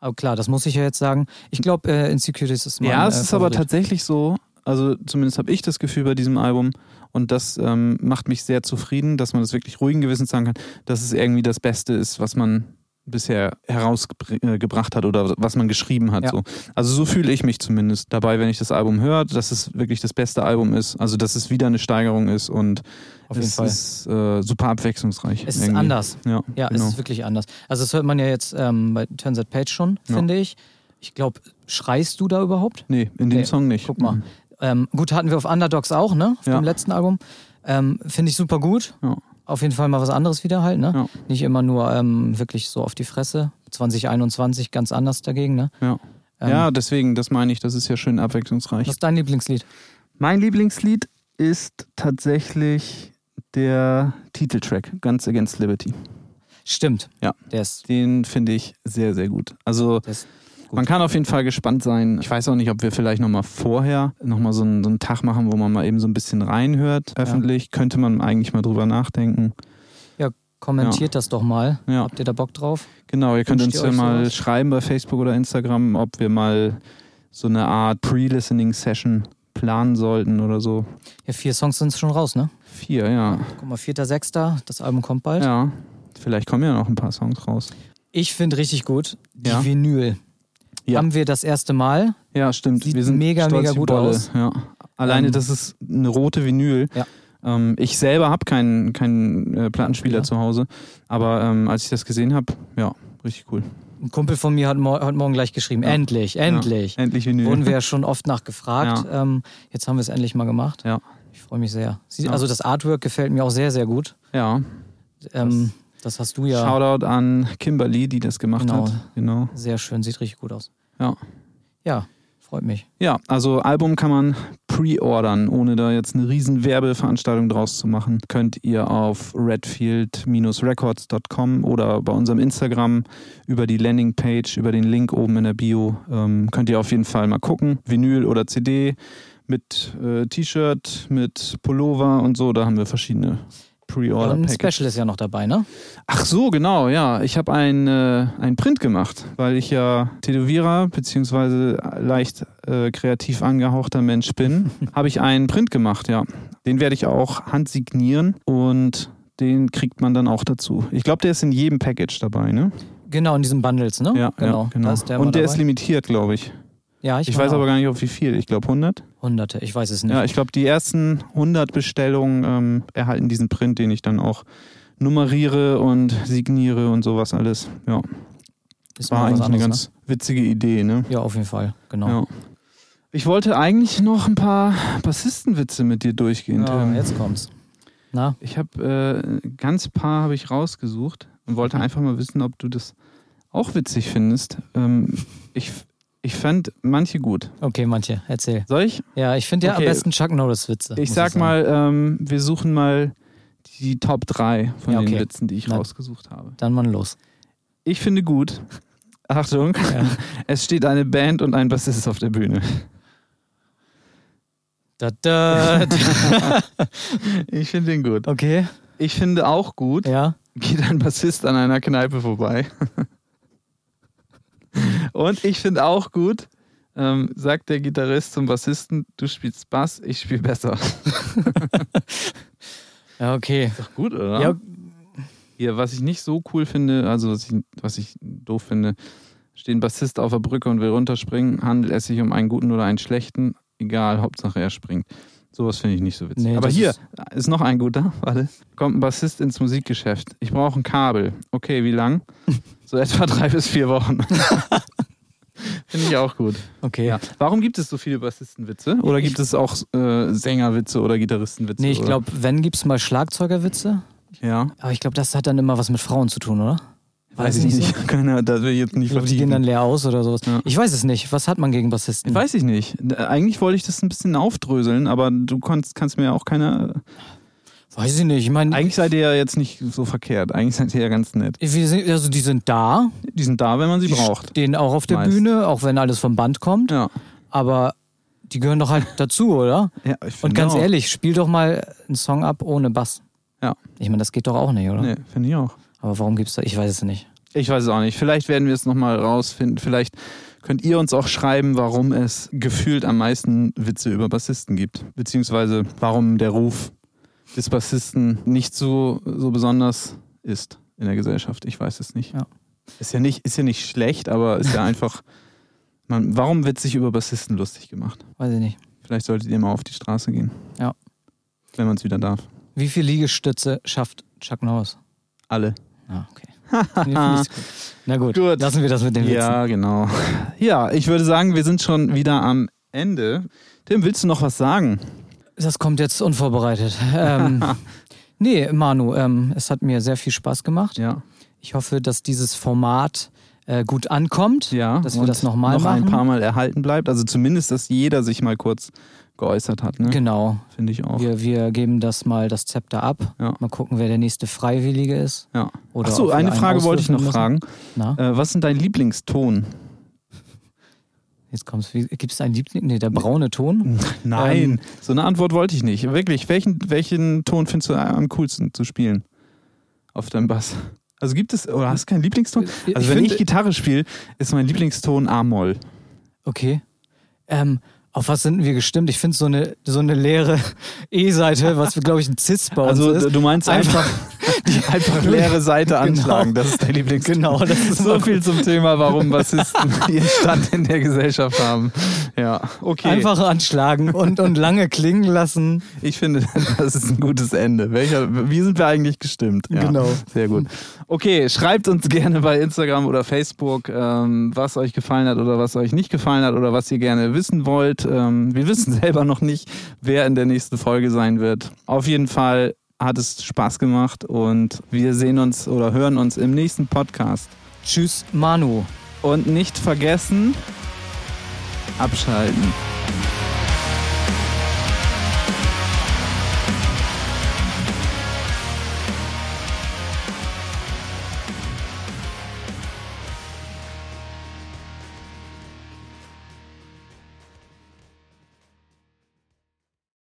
[SPEAKER 3] Aber klar, das muss ich ja jetzt sagen. Ich glaube, äh, Insecurities ist mein
[SPEAKER 2] ja, es
[SPEAKER 3] äh,
[SPEAKER 2] ist aber
[SPEAKER 3] Favorit.
[SPEAKER 2] tatsächlich so, also zumindest habe ich das Gefühl bei diesem Album und das ähm, macht mich sehr zufrieden, dass man das wirklich ruhigen Gewissens sagen kann, dass es irgendwie das Beste ist, was man bisher herausgebracht hat oder was man geschrieben hat.
[SPEAKER 3] Ja.
[SPEAKER 2] So. Also so fühle ich mich zumindest dabei, wenn ich das Album höre, dass es wirklich das beste Album ist, also dass es wieder eine Steigerung ist und
[SPEAKER 3] Auf jeden
[SPEAKER 2] es
[SPEAKER 3] Fall.
[SPEAKER 2] ist äh, super abwechslungsreich.
[SPEAKER 3] Es ist
[SPEAKER 2] irgendwie.
[SPEAKER 3] anders.
[SPEAKER 2] Ja,
[SPEAKER 3] Ja,
[SPEAKER 2] genau.
[SPEAKER 3] es ist wirklich anders. Also das hört man ja jetzt ähm, bei Turns at Page schon,
[SPEAKER 2] Ja.
[SPEAKER 3] finde ich. Ich glaube, schreist du da überhaupt?
[SPEAKER 2] nee, in dem
[SPEAKER 3] Nee,
[SPEAKER 2] Song nicht. Mhm.
[SPEAKER 3] Guck mal. Ähm, gut, hatten wir auf Underdogs auch, ne? Auf
[SPEAKER 2] Ja.
[SPEAKER 3] dem letzten Album. Ähm, finde ich super gut.
[SPEAKER 2] Ja.
[SPEAKER 3] Auf jeden Fall mal was anderes wieder halt, ne?
[SPEAKER 2] Ja.
[SPEAKER 3] Nicht immer nur ähm, wirklich so auf die Fresse. 2021 ganz anders dagegen, ne?
[SPEAKER 2] Ja.
[SPEAKER 3] Ähm,
[SPEAKER 2] ja, deswegen, das meine ich, das ist ja schön abwechslungsreich.
[SPEAKER 3] Was ist dein Lieblingslied?
[SPEAKER 2] Mein Lieblingslied ist tatsächlich der Titeltrack Guns Against Liberty.
[SPEAKER 3] Stimmt.
[SPEAKER 2] Ja.
[SPEAKER 3] Der ist.
[SPEAKER 2] Den finde ich sehr, sehr gut. Also
[SPEAKER 3] Der ist
[SPEAKER 2] man kann auf jeden Fall gespannt sein. Ich weiß auch nicht, ob wir vielleicht nochmal vorher nochmal so, einen- so einen Tag machen, wo man mal eben so ein bisschen reinhört. Öffentlich könnte man eigentlich mal drüber nachdenken.
[SPEAKER 3] ja, kommentiert das doch mal.
[SPEAKER 2] Ja.
[SPEAKER 3] Habt ihr da Bock drauf?
[SPEAKER 2] Genau, ihr könnt
[SPEAKER 3] Wünscht
[SPEAKER 2] uns ja
[SPEAKER 3] ihr euch
[SPEAKER 2] mal
[SPEAKER 3] sowas?
[SPEAKER 2] schreiben bei Facebook oder Instagram, ob wir mal so eine Art Pre-Listening-Session planen sollten oder so.
[SPEAKER 3] Ja, vier Songs sind schon raus, ne?
[SPEAKER 2] Vier, ja.
[SPEAKER 3] Guck mal, 4.6. Das Album kommt bald.
[SPEAKER 2] Ja, vielleicht kommen ja noch ein paar Songs raus.
[SPEAKER 3] Ich finde richtig gut die
[SPEAKER 2] Ja.
[SPEAKER 3] Vinyl.
[SPEAKER 2] Ja.
[SPEAKER 3] Haben wir das erste Mal.
[SPEAKER 2] Ja, stimmt.
[SPEAKER 3] Sieht
[SPEAKER 2] wir sind
[SPEAKER 3] mega,
[SPEAKER 2] stolz
[SPEAKER 3] mega
[SPEAKER 2] wie
[SPEAKER 3] gut
[SPEAKER 2] Bolle.
[SPEAKER 3] aus.
[SPEAKER 2] Ja. Alleine,
[SPEAKER 3] Ähm,
[SPEAKER 2] das ist eine rote Vinyl.
[SPEAKER 3] Ja.
[SPEAKER 2] Ähm, ich selber habe keinen keinen äh, Plattenspieler
[SPEAKER 3] Plattenspieler.
[SPEAKER 2] zu Hause, aber ähm, als ich das gesehen habe, ja, richtig cool.
[SPEAKER 3] Ein Kumpel von mir hat mor heute Morgen gleich geschrieben.
[SPEAKER 2] Ja.
[SPEAKER 3] Endlich, endlich.
[SPEAKER 2] Ja, endlich Vinyl.
[SPEAKER 3] Wurden wir ja schon oft nachgefragt. Ähm, jetzt haben wir es endlich mal gemacht.
[SPEAKER 2] Ja.
[SPEAKER 3] Ich freue mich sehr. Sie,
[SPEAKER 2] Ja.
[SPEAKER 3] Also das Artwork gefällt mir auch sehr, sehr gut.
[SPEAKER 2] [laughs] ja.
[SPEAKER 3] Ähm, das hast du ja
[SPEAKER 2] Shoutout an Kimberly, die das gemacht
[SPEAKER 3] Genau.
[SPEAKER 2] hat. Genau.
[SPEAKER 3] sehr schön, sieht richtig gut aus.
[SPEAKER 2] Ja.
[SPEAKER 3] Ja, freut mich.
[SPEAKER 2] Ja, also Album kann man pre-ordern, ohne da jetzt eine riesen Werbeveranstaltung draus zu machen. Könnt ihr auf redfield-records.com oder bei unserem Instagram über die Landingpage, über den Link oben in der Bio, ähm, könnt ihr auf jeden Fall mal gucken. Vinyl oder CD mit äh, T-Shirt, mit Pullover und so, da haben wir verschiedene
[SPEAKER 3] Und ein
[SPEAKER 2] Pre-Order-Packages.
[SPEAKER 3] Special ist ja noch dabei, ne?
[SPEAKER 2] Ach so, genau, ja. Ich habe ein, äh, ein Print gemacht, weil ich ja Tätowierer beziehungsweise leicht äh, kreativ angehauchter Mensch
[SPEAKER 3] [laughs]
[SPEAKER 2] bin. habe ich einen Print gemacht, ja. Den werde ich auch handsignieren und den kriegt man dann auch dazu. Ich glaube, der ist in jedem Package dabei, ne?
[SPEAKER 3] Genau, in diesen Bundles, ne?
[SPEAKER 2] Ja,
[SPEAKER 3] genau.
[SPEAKER 2] ja, genau.
[SPEAKER 3] Da ist der
[SPEAKER 2] und der ist
[SPEAKER 3] lieb.
[SPEAKER 2] limitiert, glaube ich.
[SPEAKER 3] Ja, ich,
[SPEAKER 2] Ich, weiß
[SPEAKER 3] meine
[SPEAKER 2] aber
[SPEAKER 3] auch.
[SPEAKER 2] gar nicht, auf wie viel. Ich glaube 100.
[SPEAKER 3] Hunderte, ich weiß es nicht.
[SPEAKER 2] Ja, ich glaube, die ersten 100 Bestellungen ähm, erhalten diesen Print, den ich dann auch nummeriere und signiere und sowas alles. Ja.
[SPEAKER 3] ist
[SPEAKER 2] War
[SPEAKER 3] mal was
[SPEAKER 2] eigentlich eine
[SPEAKER 3] anderes,
[SPEAKER 2] ganz witzige Idee, ne?
[SPEAKER 3] ne? Ja, auf jeden Fall, genau.
[SPEAKER 2] Ja. Ich wollte eigentlich noch ein paar Bassistenwitze mit dir durchgehen,
[SPEAKER 3] Ja,
[SPEAKER 2] Tim.
[SPEAKER 3] jetzt kommt's. Na,
[SPEAKER 2] Ich habe äh, ganz paar habe ich rausgesucht und wollte
[SPEAKER 3] Mhm.
[SPEAKER 2] einfach mal wissen, ob du das auch witzig findest. Ähm, ich, ich fand manche gut.
[SPEAKER 3] okay, manche, erzähl.
[SPEAKER 2] Soll ich?
[SPEAKER 3] Ja, ich finde ja
[SPEAKER 2] Okay.
[SPEAKER 3] am besten Chuck Norris Witze. muss
[SPEAKER 2] Ich sag
[SPEAKER 3] sagen.
[SPEAKER 2] mal, ähm, wir suchen mal die Top 3 von
[SPEAKER 3] Ja,
[SPEAKER 2] den
[SPEAKER 3] okay.
[SPEAKER 2] Witzen, die ich
[SPEAKER 3] Na.
[SPEAKER 2] rausgesucht habe.
[SPEAKER 3] Dann mal los.
[SPEAKER 2] Ich finde gut. Achtung, [laughs] es steht eine Band und ein Bassist auf der Bühne.
[SPEAKER 3] Da,
[SPEAKER 2] [laughs]
[SPEAKER 3] da, da.
[SPEAKER 2] Ich finde den gut.
[SPEAKER 3] Okay,
[SPEAKER 2] Ich finde auch gut,
[SPEAKER 3] ja.
[SPEAKER 2] geht ein Bassist an einer Kneipe vorbei. Und ich finde auch gut, ähm, sagt der Gitarrist zum Bassisten, du spielst Bass, ich spiele besser.
[SPEAKER 3] Ja, okay.
[SPEAKER 2] Doch gut, oder?
[SPEAKER 3] Ja,
[SPEAKER 2] Hier, was ich nicht so cool finde, also was ich, was ich doof finde, steht ein Bassist auf der Brücke und will runterspringen, handelt es sich um einen guten oder einen schlechten, egal, Hauptsache er springt. Sowas finde ich nicht so witzig.
[SPEAKER 3] Nee,
[SPEAKER 2] Aber
[SPEAKER 3] das
[SPEAKER 2] hier ist,
[SPEAKER 3] ist-
[SPEAKER 2] noch ein guter, [laughs] warte. Kommt ein Bassist ins Musikgeschäft. Ich brauche ein Kabel. Okay, wie lang?
[SPEAKER 3] [laughs]
[SPEAKER 2] So etwa drei bis vier Wochen. finde ich auch gut.
[SPEAKER 3] okay.
[SPEAKER 2] Ja. Warum gibt es so viele Bassistenwitze? Oder
[SPEAKER 3] Ich-
[SPEAKER 2] gibt es auch äh, Sängerwitze oder Gitarristenwitze?
[SPEAKER 3] Nee, ich
[SPEAKER 2] oder?
[SPEAKER 3] glaube, wenn gibt's mal Schlagzeugerwitze.
[SPEAKER 2] Ja.
[SPEAKER 3] Aber ich glaube, das hat dann immer was mit Frauen zu tun, oder? War
[SPEAKER 2] Weiß
[SPEAKER 3] das
[SPEAKER 2] ich
[SPEAKER 3] so?
[SPEAKER 2] nicht. [laughs] Keine, da will ich jetzt
[SPEAKER 3] Ich
[SPEAKER 2] nicht
[SPEAKER 3] glaube, die gehen dann leer aus oder sowas.
[SPEAKER 2] Ja.
[SPEAKER 3] Ich weiß es nicht. Was hat man gegen Bassisten?
[SPEAKER 2] Weiß ich nicht. Eigentlich wollte ich das ein bisschen aufdröseln, aber du kannst, kannst mir ja auch keine.
[SPEAKER 3] Weiß ich nicht. Ich meine,
[SPEAKER 2] Eigentlich seid ihr ja jetzt nicht so verkehrt. Eigentlich seid ihr ja ganz nett.
[SPEAKER 3] wir sind, also die sind da,
[SPEAKER 2] Die sind da, wenn man sie
[SPEAKER 3] die
[SPEAKER 2] braucht.
[SPEAKER 3] stehen auch auf der
[SPEAKER 2] Meist.
[SPEAKER 3] Bühne, auch wenn alles vom Band kommt.
[SPEAKER 2] Ja.
[SPEAKER 3] Aber die gehören doch halt dazu, oder?
[SPEAKER 2] Ja, ich finde
[SPEAKER 3] Und ganz
[SPEAKER 2] auch.
[SPEAKER 3] ehrlich, spiel doch mal einen Song ab ohne Bass.
[SPEAKER 2] Ja.
[SPEAKER 3] Ich meine, das geht doch auch nicht, oder?
[SPEAKER 2] Nee, finde ich auch.
[SPEAKER 3] Aber warum gibt's da? Ich weiß es nicht.
[SPEAKER 2] Ich weiß es auch nicht. Vielleicht werden wir es nochmal rausfinden. Vielleicht könnt ihr uns auch schreiben, warum es gefühlt am meisten Witze über Bassisten gibt. Beziehungsweise warum der Ruf des Bassisten nicht so, so besonders ist in der Gesellschaft. Ich weiß es nicht.
[SPEAKER 3] Ja.
[SPEAKER 2] Ist ja nicht, ist ja nicht schlecht, aber ist
[SPEAKER 3] [laughs]
[SPEAKER 2] ja einfach. Man, warum wird sich über Bassisten lustig gemacht?
[SPEAKER 3] Weiß ich nicht.
[SPEAKER 2] Vielleicht solltet ihr mal auf die Straße gehen.
[SPEAKER 3] Ja.
[SPEAKER 2] Wenn man es wieder darf.
[SPEAKER 3] Wie viel Liegestütze schafft Chuck Norris?
[SPEAKER 2] Alle.
[SPEAKER 3] Ah,
[SPEAKER 2] [laughs]
[SPEAKER 3] okay. Nee, find ich so gut. Na gut,
[SPEAKER 2] Gut.
[SPEAKER 3] lassen wir das mit den Witzen.
[SPEAKER 2] Ja, genau. Ja, ich würde sagen, wir sind schon wieder am Ende. Tim, willst du noch was sagen?
[SPEAKER 3] Das kommt jetzt
[SPEAKER 2] [laughs]
[SPEAKER 3] unvorbereitet. Ähm, nee, Manu, ähm, es hat mir sehr viel Spaß gemacht.
[SPEAKER 2] Ja.
[SPEAKER 3] Ich hoffe, dass dieses Format äh, gut ankommt,
[SPEAKER 2] Ja.
[SPEAKER 3] dass wir
[SPEAKER 2] und
[SPEAKER 3] das nochmal
[SPEAKER 2] noch
[SPEAKER 3] machen.
[SPEAKER 2] ein paar Mal erhalten bleibt. Also zumindest, dass jeder sich mal kurz geäußert hat, ne?
[SPEAKER 3] Genau,
[SPEAKER 2] Finde ich auch.
[SPEAKER 3] wir, wir geben das mal das Zepter ab.
[SPEAKER 2] Ja.
[SPEAKER 3] Mal gucken, wer der nächste Freiwillige ist.
[SPEAKER 2] Ja.
[SPEAKER 3] Oder
[SPEAKER 2] Achso,
[SPEAKER 3] ob wir
[SPEAKER 2] eine
[SPEAKER 3] einen
[SPEAKER 2] Frage wollte ich noch
[SPEAKER 3] auswürfeln
[SPEAKER 2] fragen.
[SPEAKER 3] Na,
[SPEAKER 2] Äh, was ist dein Lieblingston?
[SPEAKER 3] jetzt kommt's. Gibt es einen Liebling? Nee, der braune Ton?
[SPEAKER 2] Ähm, so eine Antwort wollte ich nicht. Wirklich, welchen, welchen Ton findest du am coolsten zu spielen? Auf deinem Bass. Also gibt es, oder hast du keinen Lieblingston?
[SPEAKER 3] Ich
[SPEAKER 2] Also wenn
[SPEAKER 3] find-
[SPEAKER 2] ich Gitarre spiele, ist mein Lieblingston A-Moll.
[SPEAKER 3] Okay. Ähm, auf was sind wir gestimmt? Ich finde so eine, so eine leere [laughs] E-Seite, was glaube ich ein Cis bei uns
[SPEAKER 2] Also
[SPEAKER 3] ist.
[SPEAKER 2] du [laughs] meinst einfach, die [laughs] einfach leere Seite anschlagen. Das ist der Lieblings.
[SPEAKER 3] Genau, das ist
[SPEAKER 2] [laughs] so viel zum Thema, [laughs] warum Bassisten ihren Stand in der Gesellschaft haben. Ja, okay.
[SPEAKER 3] Einfach anschlagen und, und lange klingen lassen.
[SPEAKER 2] Ich finde, [laughs] das ist ein gutes Ende. Welcher, wie sind wir eigentlich gestimmt? Ja,
[SPEAKER 3] Genau.
[SPEAKER 2] Sehr gut. Okay, schreibt uns gerne bei Instagram oder Facebook, ähm, was euch gefallen hat oder was euch nicht gefallen hat oder was ihr gerne wissen wollt. Ähm, wir wissen [laughs] selber noch nicht, wer in der nächsten Folge sein wird. Auf jeden Fall hat es Spaß gemacht und wir sehen uns oder hören uns im nächsten Podcast.
[SPEAKER 3] Tschüss, Manu.
[SPEAKER 2] Und nicht vergessen, abschalten.